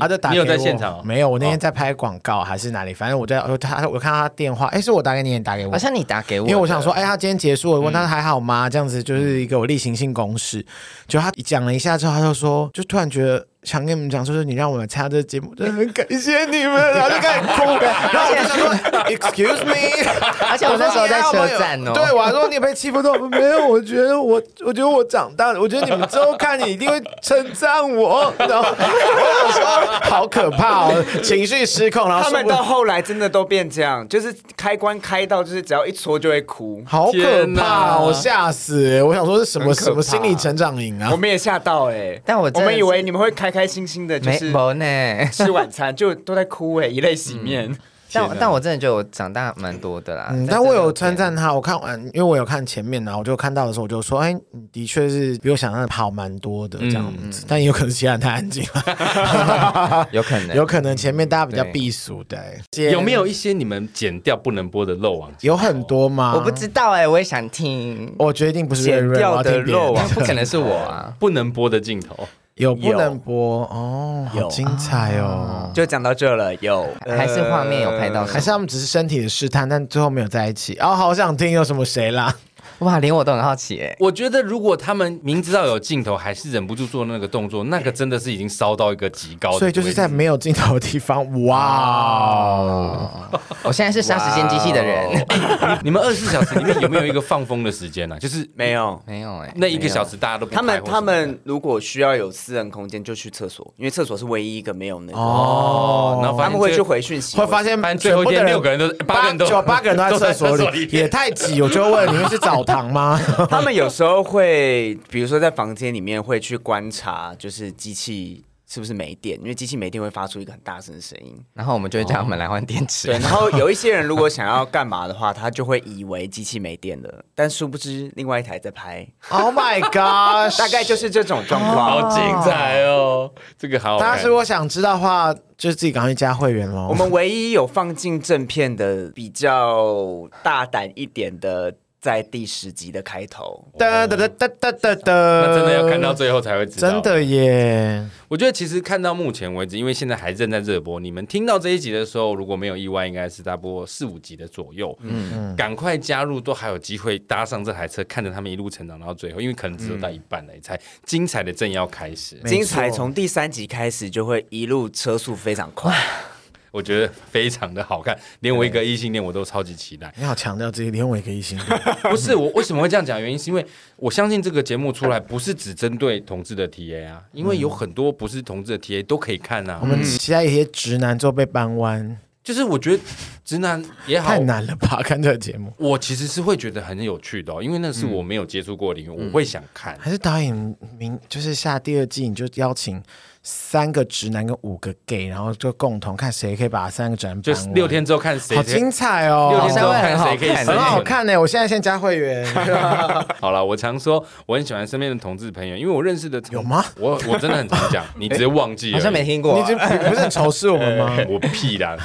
S2: 他就打
S1: 你
S2: 给
S1: 有
S2: 我，
S1: 在现场哦
S2: 没有，我那天在拍广告还是哪里，反正我在，我他我看他电话，哎，是我打给你，你打给我，
S3: 好像你打给我，嗯
S2: 因为我想说，哎、，他今天结束了，问他还好吗？这样子就是一个我例行性公事。就他讲了一下之后，他就说，就突然觉得想跟你们讲，就是你让我们参加这个节目，真的很感谢你 们，然后就开始哭。然后我就想说，Excuse me，
S3: 而且我那时候在车站哦，
S2: 对，我还说你有被欺负到没有？我觉得我，我觉得我长大了，我觉得你们之后看你一定会称赞我。然后 我想说，好可怕哦，情绪失控，然后
S4: 他
S2: 说
S4: 们
S2: 不
S4: 到后来真的都变这样，就是开关开到，就是只要一戳就会哭。
S2: 好可
S1: 天
S2: 怕
S1: 哪
S2: 哦！我吓死、我想说是什么
S4: 很可怕
S2: 什么心理成长营啊
S4: 我？们也吓到哎，
S3: 但我
S4: 我
S3: 真的
S4: 们以为你们会开开心心的，就
S3: 没
S4: 是
S3: 没呢。
S4: 吃晚餐 就都在哭哎，以泪洗
S3: 嗯
S4: 面。
S1: 天哪
S3: 但但我真的觉得我长大蛮多的啦。
S2: 嗯，
S3: 在
S2: 但
S3: 这
S2: 我有
S3: 六
S2: 称
S3: 天
S2: 赞他，我看完，因为我有看前面然后我就看到的时候，我就说，哎，你的确是比我想象的好蛮多的这样子，但也有可能是其他人太安静了，
S3: 有可能
S2: 有可能前面大家比较
S3: 对
S2: 避暑的、哎
S1: 有没有一些你们剪掉不能播的漏网？
S2: 有很多吗？
S3: 我不，知道哎、我也想听，
S2: 啊我决定不是瑞
S4: 剪
S2: 瑞，我
S4: 掉
S2: 要
S4: 的
S2: 听别
S4: 肉
S2: 人
S4: 啊，
S3: 不可能是我啊。
S1: 不能播的镜头，
S2: 有不
S4: 有
S2: 能播哦，好
S4: 有啊
S2: 精彩哦。
S4: 就讲到这了，有呃
S3: 还是画面有拍到什么
S2: 还是他们只是身体的试探，但最后没有在一起。哦，好想听有什么谁啦？
S3: 哇，连我都很好奇哎、
S1: 我觉得如果他们明知道有镜头，还是忍不住做那个动作，那个真的是已经烧到一个极高的位置，
S2: 所以就是在没有镜头的地方，哦哇！
S3: 我现在是杀时间机器的人，
S2: 哦
S1: 你 你们二十四小时里面有没有一个放风的时间呢、啊就是
S4: 没有。
S3: 没有哎、
S1: 那一个
S3: 没有
S1: 小时大家都不
S4: 他
S1: 拍
S4: 们
S1: 或什么
S4: 他们如果需要有私人空间，就去厕所，因为厕所是唯一一个没有那个。
S1: 哦，然后
S4: 他
S1: 发现
S4: 们会
S1: 最
S4: 去回讯息，
S2: 会发现
S1: 反正最后一天
S2: 全部
S1: 六个人都八个人都
S2: 九啊八个人都在厕所
S1: 都在厕所
S2: 里
S1: 里，面
S2: 也太挤。我就问你们是澡堂吗？
S4: 他们有时候会，比如说在房间里面会去观察，就是机器是不是没电，因为机器没电会发出一个很大声的声音。
S3: 然后我们就会
S2: 哦
S3: 叫他们来换电池。
S4: 对，然后有一些人如果想要干嘛的话，他就会以为机器没电了，但殊不知另外一台在拍，
S2: Oh my god！
S4: 大概就是这种状况。
S1: 好精彩哦，这个好好看
S2: 大家如果想知道的话，就自己赶快去加会员喽。
S4: 我们唯一有放进正片的比较大胆一点的，在第十集的开头，
S2: 哒哒哒哒哒哒哒，
S1: 那
S2: 那
S1: 真的要看到最后才会知道。
S2: 呃真，的耶！
S1: 我觉得其实看到目前为止，因为现在还正在热播，你们听到这一集的时候，如果没有意外，应该是大播四五集的左右。嗯，赶快加入，都还有机会搭上这台车，看着他们一路成长到最后，因为可能只有到一半了，才精彩的正要开始。
S2: 没错
S4: 精彩从第三集开始就会一路车速非常快。
S1: 我觉得非常的好看，连我一个异性恋我都超级期 待。
S2: 你好强调这些，连我也可 以信。
S1: 不是我为什么会这样讲？原因是因为我相信这个节目出来不是只针对同志的 TA 啊，因为有很多不是同志的 TA 都可以看啊
S2: 我。们期待一些直男之后被搬弯，
S1: 就是我觉得直男也好
S2: 太，难了吧？看这个节目，
S1: 我其实是会觉得很有趣的、哦，因为那是我
S2: 嗯
S1: 没有接触过的领域，我会想看。
S2: 还是导演明就是下第二季你就邀请三个直男跟五个 gay，然后就共同看谁可以把三个直男
S1: 就
S2: 搬完
S1: 六天之后看谁
S2: 好精彩哦，
S1: 六天之后看谁可以
S2: 很好
S1: 生存
S2: 看呢、我现在先加 会员，
S1: 好了，我常说我很喜欢身边的同志朋友，因为我认识的同
S2: 有吗？
S1: 我我真的很 常讲，你直接忘记了，
S3: 好像没听过
S2: 你。这不是很仇视 我们吗？
S1: 我屁啦！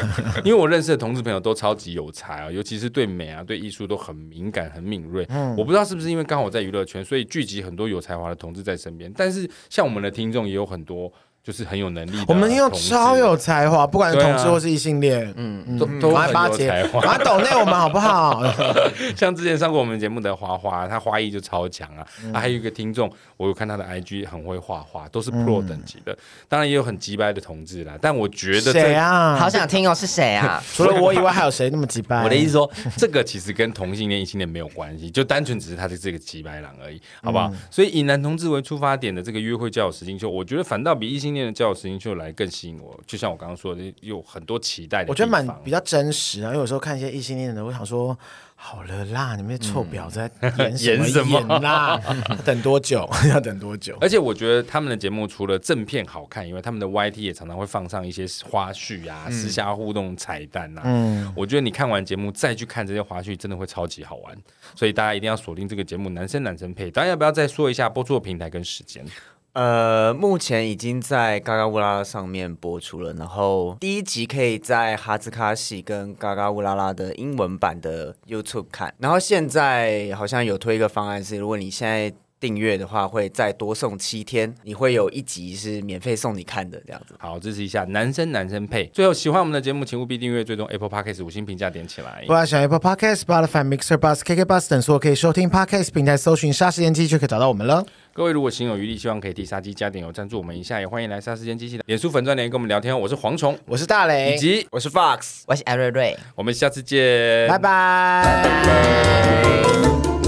S1: 因为我认识的同志朋友都超级有才啊，尤其是对美啊、对艺术都很敏感、很敏锐。
S2: 嗯
S1: 我不知道是不是因为刚好在娱乐圈，所以聚集很多有才华的同志在身边。但是像我们的听众也有很多就是很有能力的同志，
S2: 我们又超有才华，不管是
S1: 对啊
S2: 同志或是异性恋，
S1: 都嗯都
S2: 马
S1: 很
S2: 巴
S1: 有
S2: 结
S1: 才，华。
S2: 马抖内我们好不好？
S1: 像之前上过我们节目的花花，她花艺就超强啊。
S2: 嗯
S1: 啊，还有一个听众，我有看他的 IG 很会画画，都是
S2: 嗯
S1: Pro 等级的。当然也有很鸡掰的同志啦，但我 觉得
S2: 谁
S1: 这
S2: 啊？
S3: 好想听哦，是谁啊？
S2: 除了我以外，还有谁那么几 班？
S1: 我的意思说，这个其实跟同性恋、异性恋没有关系，就单纯只是他的这个几白狼而已，好不
S2: 嗯
S1: 好？所以以男同志为出发点的这个约会交友实境秀，我觉得反倒比异性恋的交友实境秀来更吸引我。就像我刚刚说的，有很多期待的地方。
S2: 我觉得蛮比较真实啊，因为有时候看一些异性恋的，我想说，好了啦，你们这臭婊子在演
S1: 演
S2: 什
S1: 什
S2: 么
S1: 么
S2: 演啦？要等多久？ 要等多久？
S1: 而且我觉得他们的节目除了正片好看以外，他们的 YT 也常常会放上一些花絮啊、
S2: 嗯
S1: 私下互动彩蛋啊。嗯，我觉得你看完节目再去看这些花絮，真的会超级好玩。所以大家一定要锁定这个节目，男生男生配。当然要不要再说一下播出的平台跟时间？
S4: 呃，目前已经在嘎嘎乌拉拉上面播出了，然后第一集可以在哈兹卡西跟嘎嘎乌拉拉的英文版的 YouTube 看，然后现在好像有推一个方案是，如果你现在。订阅的话会再多送七天，你会有一集是免费送你看的这样子。
S1: 好，支持一下男生男生配。最后，喜欢我们的节目，请务必订阅、追踪 Apple Podcast 五星评价点起来
S2: 不。要想 Apple Podcast、Spotify、Mixer、Bus、KK Bus 等所有可以收听 Podcast 平台，搜寻“杀时间机”就可以找到我们了。
S1: 各位如果心有余力，希望可以替杀鸡加点油，赞助我们一下，也欢迎来杀时间机器的脸书粉专连跟我们聊天哦。我是蝗虫，
S2: 我是大
S1: 以
S2: 雷，
S1: 及
S4: 我是 Fox，
S3: 我是艾瑞瑞。
S1: 我们下次见，
S2: 拜拜。
S3: 拜拜